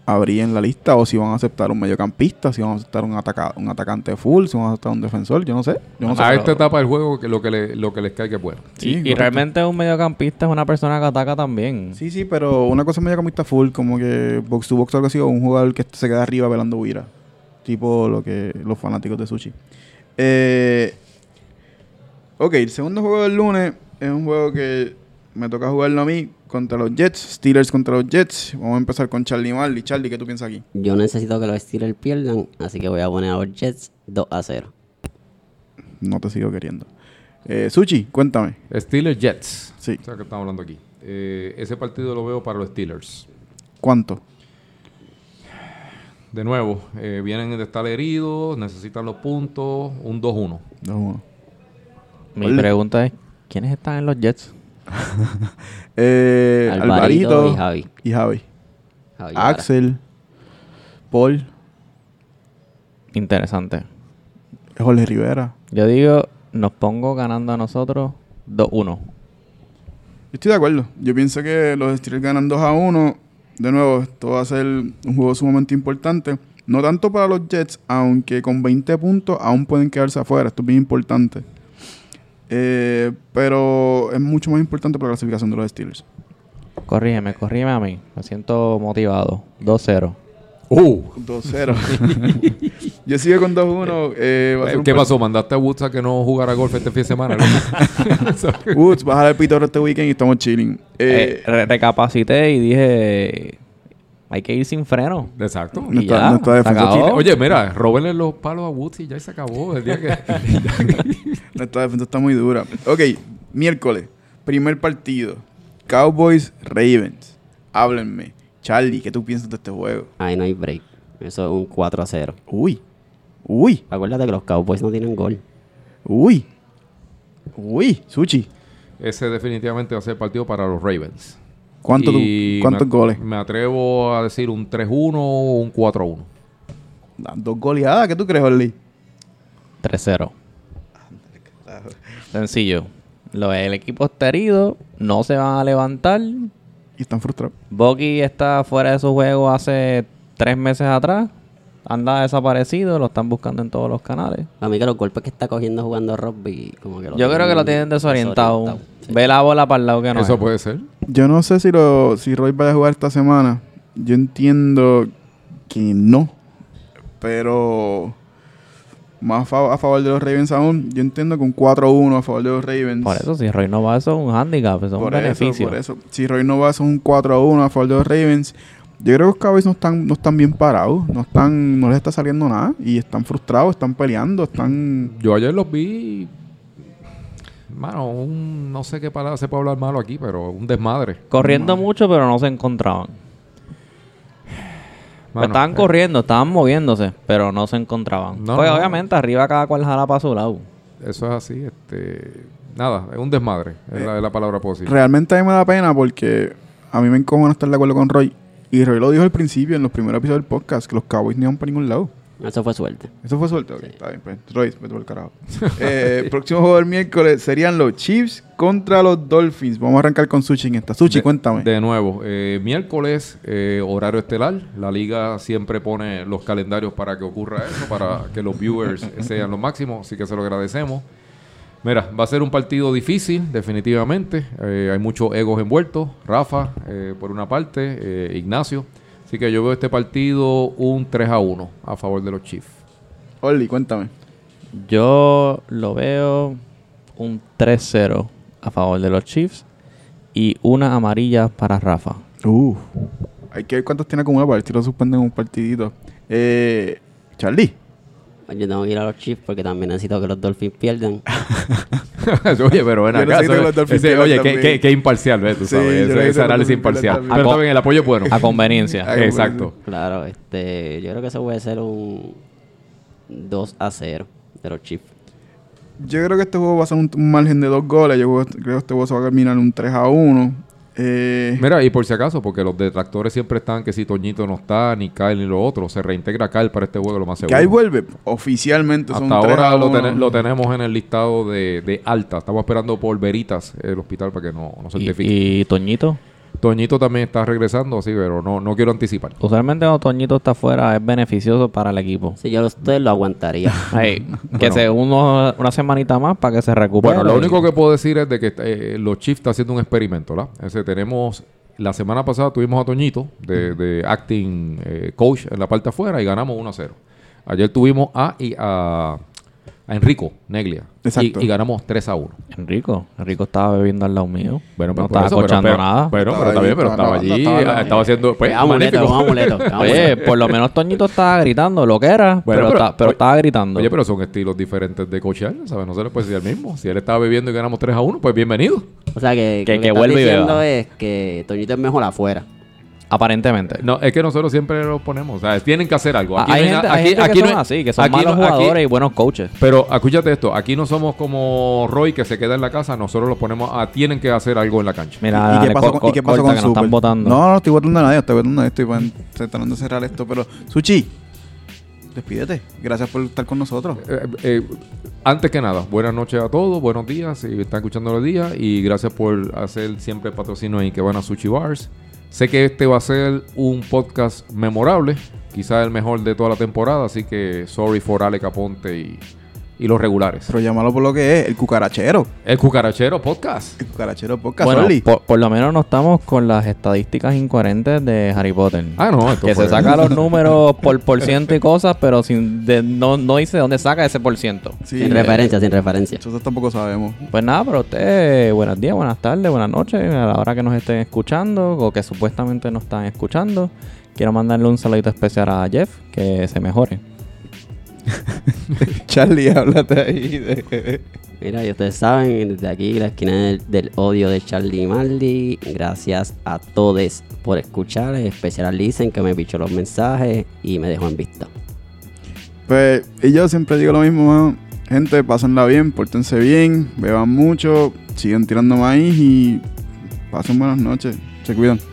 habría en la lista o si van a aceptar un mediocampista, si van a aceptar un, ataca- un atacante full, si van a aceptar un defensor. Yo no sé. Yo no sé.
A esta etapa del juego, que lo que, le- lo que les cae que es bueno.
Sí,
Y- y,
correcto.
realmente un mediocampista es una persona que ataca también.
Sí, sí, pero una cosa es mediocampista full, como que box to box o algo así, o un jugador que se queda arriba velando huira. Tipo lo que los fanáticos de sushi. Eh, ok, el segundo juego del lunes es un juego que me toca jugarlo a mí contra los Jets, Steelers contra los Jets. Vamos a empezar con Charlie Marley. Charlie, ¿qué tú piensas aquí?
yo necesito que los Steelers pierdan, así que voy a poner a los Jets 2 a 0.
No te sigo queriendo. Eh, sushi, cuéntame.
Steelers Jets.
Sí.
O sea, que estamos hablando aquí. Eh, ese partido lo veo para los Steelers.
¿Cuánto?
De nuevo, eh, vienen de estar heridos, necesitan los puntos, un 2-1.
2-1.
Mi
Ole.
pregunta es, ¿quiénes están en los Jets?
Eh,
Alvarito
Alvarito
y Javi.
y Javi.
Javi
Ah,
Jara.
Axel, Paul,
Interesante.
Jorge Rivera.
Yo digo, nos pongo ganando a nosotros 2-1.
Yo estoy de acuerdo. Yo pienso que los Steelers ganan 2 a 1. De nuevo, esto va a ser un juego sumamente importante. No tanto para los Jets, aunque con 20 puntos aún pueden quedarse afuera. Esto es bien importante. Eh, pero es mucho más importante para la clasificación de los Steelers.
Corrígeme, corrígeme a mí. Me siento motivado. 2-0.
¡Uh!
2-0. Yo sigo con 2-1. eh, va a ser un
¿Qué
par-
pasó? ¿Mandaste a Woods a que no jugara golf este fin de semana?
Woods, bajar el pitorro este weekend y estamos chilling. Eh,
Eh, re- recapacité y dije, hay que ir sin freno.
Exacto.
Y
Nuestra-
ya,
nuestra
se
defensa
acabó.
chilena.
Oye, mira, robenle los palos a Woods y ya se acabó. El día que...
Nuestra defensa está muy dura. Ok, miércoles, primer partido. Cowboys Ravens. Háblenme. Charlie, ¿qué tú piensas de este juego?
Ahí no hay break. Eso es un 4 a 0.
Uy. Uy.
Acuérdate que los Cowboys no tienen gol.
Uy. Uy. Sushi.
Ese definitivamente va a ser partido para los Ravens.
¿Cuánto tú-
Y
¿Cuántos
me-
goles?
Me atrevo a decir un 3-1 o un 4-1.
Da- Ah, Dos goleadas, ¿qué tú crees, Orly?
3-0. Sencillo. Lo, el equipo está herido, no se van a levantar.
Y están frustrados.
Bucky está fuera de su juego hace tres meses atrás. Anda desaparecido, lo están buscando en todos los canales.
A mí que los golpes que está cogiendo jugando rugby, como que
Yo creo que lo tienen desorientado.
desorientado. Sí.
Ve la bola para el lado que no.
Eso
es.
puede ser.
Yo no sé si, lo, si Roy vaya a jugar esta semana. Yo entiendo que no. Pero más fa- a favor de los Ravens aún. Yo entiendo que un 4-1 a favor de los Ravens.
Por eso, si Roy no va, eso es un handicap, eso es un
Por
beneficio.
eso, por eso. Si Roy no va a ser un 4 a 1 a favor de los Ravens, yo creo que los Cowboys no están, no están bien parados, no están, no les está saliendo nada y están frustrados, están peleando, están
Yo ayer los vi. Mano, un, no sé qué palabra se puede hablar malo aquí, pero un desmadre.
Corriendo mucho, pero no se encontraban.
Mano,
estaban
eh,
corriendo, estaban moviéndose, pero no se encontraban.
No,
pues
no.
obviamente arriba cada cual jala para su lado.
eh, Eso es así, este... Nada, es un desmadre,
Eh,
es, la, es la palabra posible.
Realmente a mí me da pena porque a mí me encojona estar de acuerdo con Roy. Y Roy lo dijo al principio, en los primeros episodios del podcast, que los Cowboys no iban para ningún lado.
Eso fue suerte.
Eso fue suerte, ok. Está bien, pues. Roy, vete por el carajo. Eh, próximo juego del miércoles serían los Chiefs contra los Dolphins. Vamos a arrancar con Sushi en esta. Sushi,
De-
cuéntame.
De nuevo, eh, miércoles, eh, horario estelar. La liga siempre pone los calendarios para que ocurra eso, para que los viewers sean los máximos, así que se lo agradecemos. Mira, va a ser un partido difícil, definitivamente. Eh, hay muchos egos envueltos. Rafa, eh, por una parte, eh, Ignacio. Así que yo veo este partido un 3 a 1 a favor de los Chiefs.
Oli, cuéntame.
Yo lo veo un 3-0 a favor de los Chiefs y una amarilla para Rafa.
Uf. Hay que ver cuántos tiene acumulado para ver si lo suspenden un partidito. Eh, Charlie.
Yo tengo que ir a los Chiefs porque también necesito que los Dolphins pierdan.
oye, pero ven
Yo no
acá,
sé que
eso-
los Dolphins
ese-
pierdan
oye, qué,
también.
qué- qué imparcial, ¿ves? Tú
Sí,
sabes,
yo no
ese-
sé
ese
que los
análisis
Dolphins
imparcial.
pierdan
Pero
también.
también el apoyo es bueno.
A conveniencia.
Ay,
Exacto.
Claro, este, yo creo que eso puede ser un 2 a 0 de los Chiefs.
Yo creo que este juego va a ser un, un margen de dos goles. Yo creo- creo que este juego se va a terminar un 3 a 1. Eh,
Mira, y por si acaso, porque los detractores siempre están que si Toñito no está, ni Kyle ni lo otro, se reintegra Kyle para este juego lo más seguro.
que ahí vuelve. Oficialmente son
Hasta
3 a
ahora lo,
1.
tene- lo tenemos en el listado de, de alta. Estamos esperando por Veritas el hospital para que no, no
Y,
certifique.
y Toñito.
Toñito también está regresando, así, pero no, no quiero anticipar.
Usualmente cuando Toñito está afuera es beneficioso para el equipo.
Si yo a ustedes lo aguantaría. Pues,
Ahí, que se uno una semanita más para que se recupere.
Bueno, lo único que puedo decir es de que eh, los Chiefs están haciendo un experimento, ¿la? Ese, tenemos, la semana pasada tuvimos a Toñito de, de acting eh, coach en la parte afuera y ganamos 1-0. Ayer tuvimos a, y a, a Enrico Neglia y-
Exacto.
Y, ganamos 3-1.
Enrico, Enrico estaba bebiendo al lado mío.
Bueno,
no
pero por
estaba
eso, pero-
escuchando
pero-
nada.
Bueno, pero
Estaba
está bien,
allí,
pero
estaba
estaba allí,
hablando, estaba
ah, estaba haciendo... Pues,
Es un amuleto, es
magnífico.
un amuleto. es un
Oye,
amuleto.
por lo menos Toñito estaba gritando, lo que era, pero,
pero-
está- pero
oye-
estaba gritando.
Oye, pero son estilos diferentes de cochear, ¿sabes? No se le puede decir al mismo. Si él estaba bebiendo y ganamos 3 a 1, pues bienvenido.
O sea que,
que-
lo
que
estás
vuelva y beba.
diciendo es que Toñito es mejor afuera.
Aparentemente.
No, es que nosotros siempre lo ponemos. O sea, tienen que hacer algo.
Ah,
no
hay,
na-
gente, hay gente que
no
son
hay-
así, que son
aquí
malos
no- aquí-
jugadores y buenos coaches.
pero escúchate esto, aquí no somos como Roy que se queda en la casa, nosotros los ponemos a tienen que hacer algo en la cancha.
Mira,
¿Y qué pasó con,
corta,
y qué pasó
que
con
nos están
Super?
votando.
No, no estoy votando a nadie, estoy votando a esto y van tratando de cerrar esto. Pero, Suchi, despídete. Gracias por estar con nosotros.
Eh, eh, antes que nada, buenas noches a todos, buenos días, si están escuchando los días y gracias por hacer siempre patrocinio ahí que van a Sushi Bars. Sé que este va a ser un podcast memorable, quizás el mejor de toda la temporada, así que sorry for Ale Caponte y, y los regulares.
Pero llámalo por lo que es, el cucarachero.
El Cucarachero Podcast.
El cucarachero podcast,
bueno,
Oli.
por, por lo menos no estamos con las estadísticas incoherentes de Harry Potter.
Ah, no, esto
que
fue-
se saca los números por por ciento y cosas, pero sin de- no, no dice dónde saca ese por ciento.
Sí,
sin referencia, sin referencia.
nosotros tampoco sabemos.
Pues nada, pero ustedes, buenos días, buenas tardes, buenas noches, a la hora que nos estén escuchando o que supuestamente nos están escuchando. Quiero mandarle un saludito especial a Jeff, que se mejore.
Charlie, háblate ahí. de-
Mira, y ustedes saben, desde aquí, la esquina del, del odio de Charlie Maldi, gracias a todos por escuchar, en especial a Listen que me pichó los mensajes y me dejó en vista.
Pues, y yo siempre digo lo mismo, mano. Gente, pásenla bien, pórtense bien, beban mucho, sigan tirando maíz y pasen buenas noches. Se cuidan.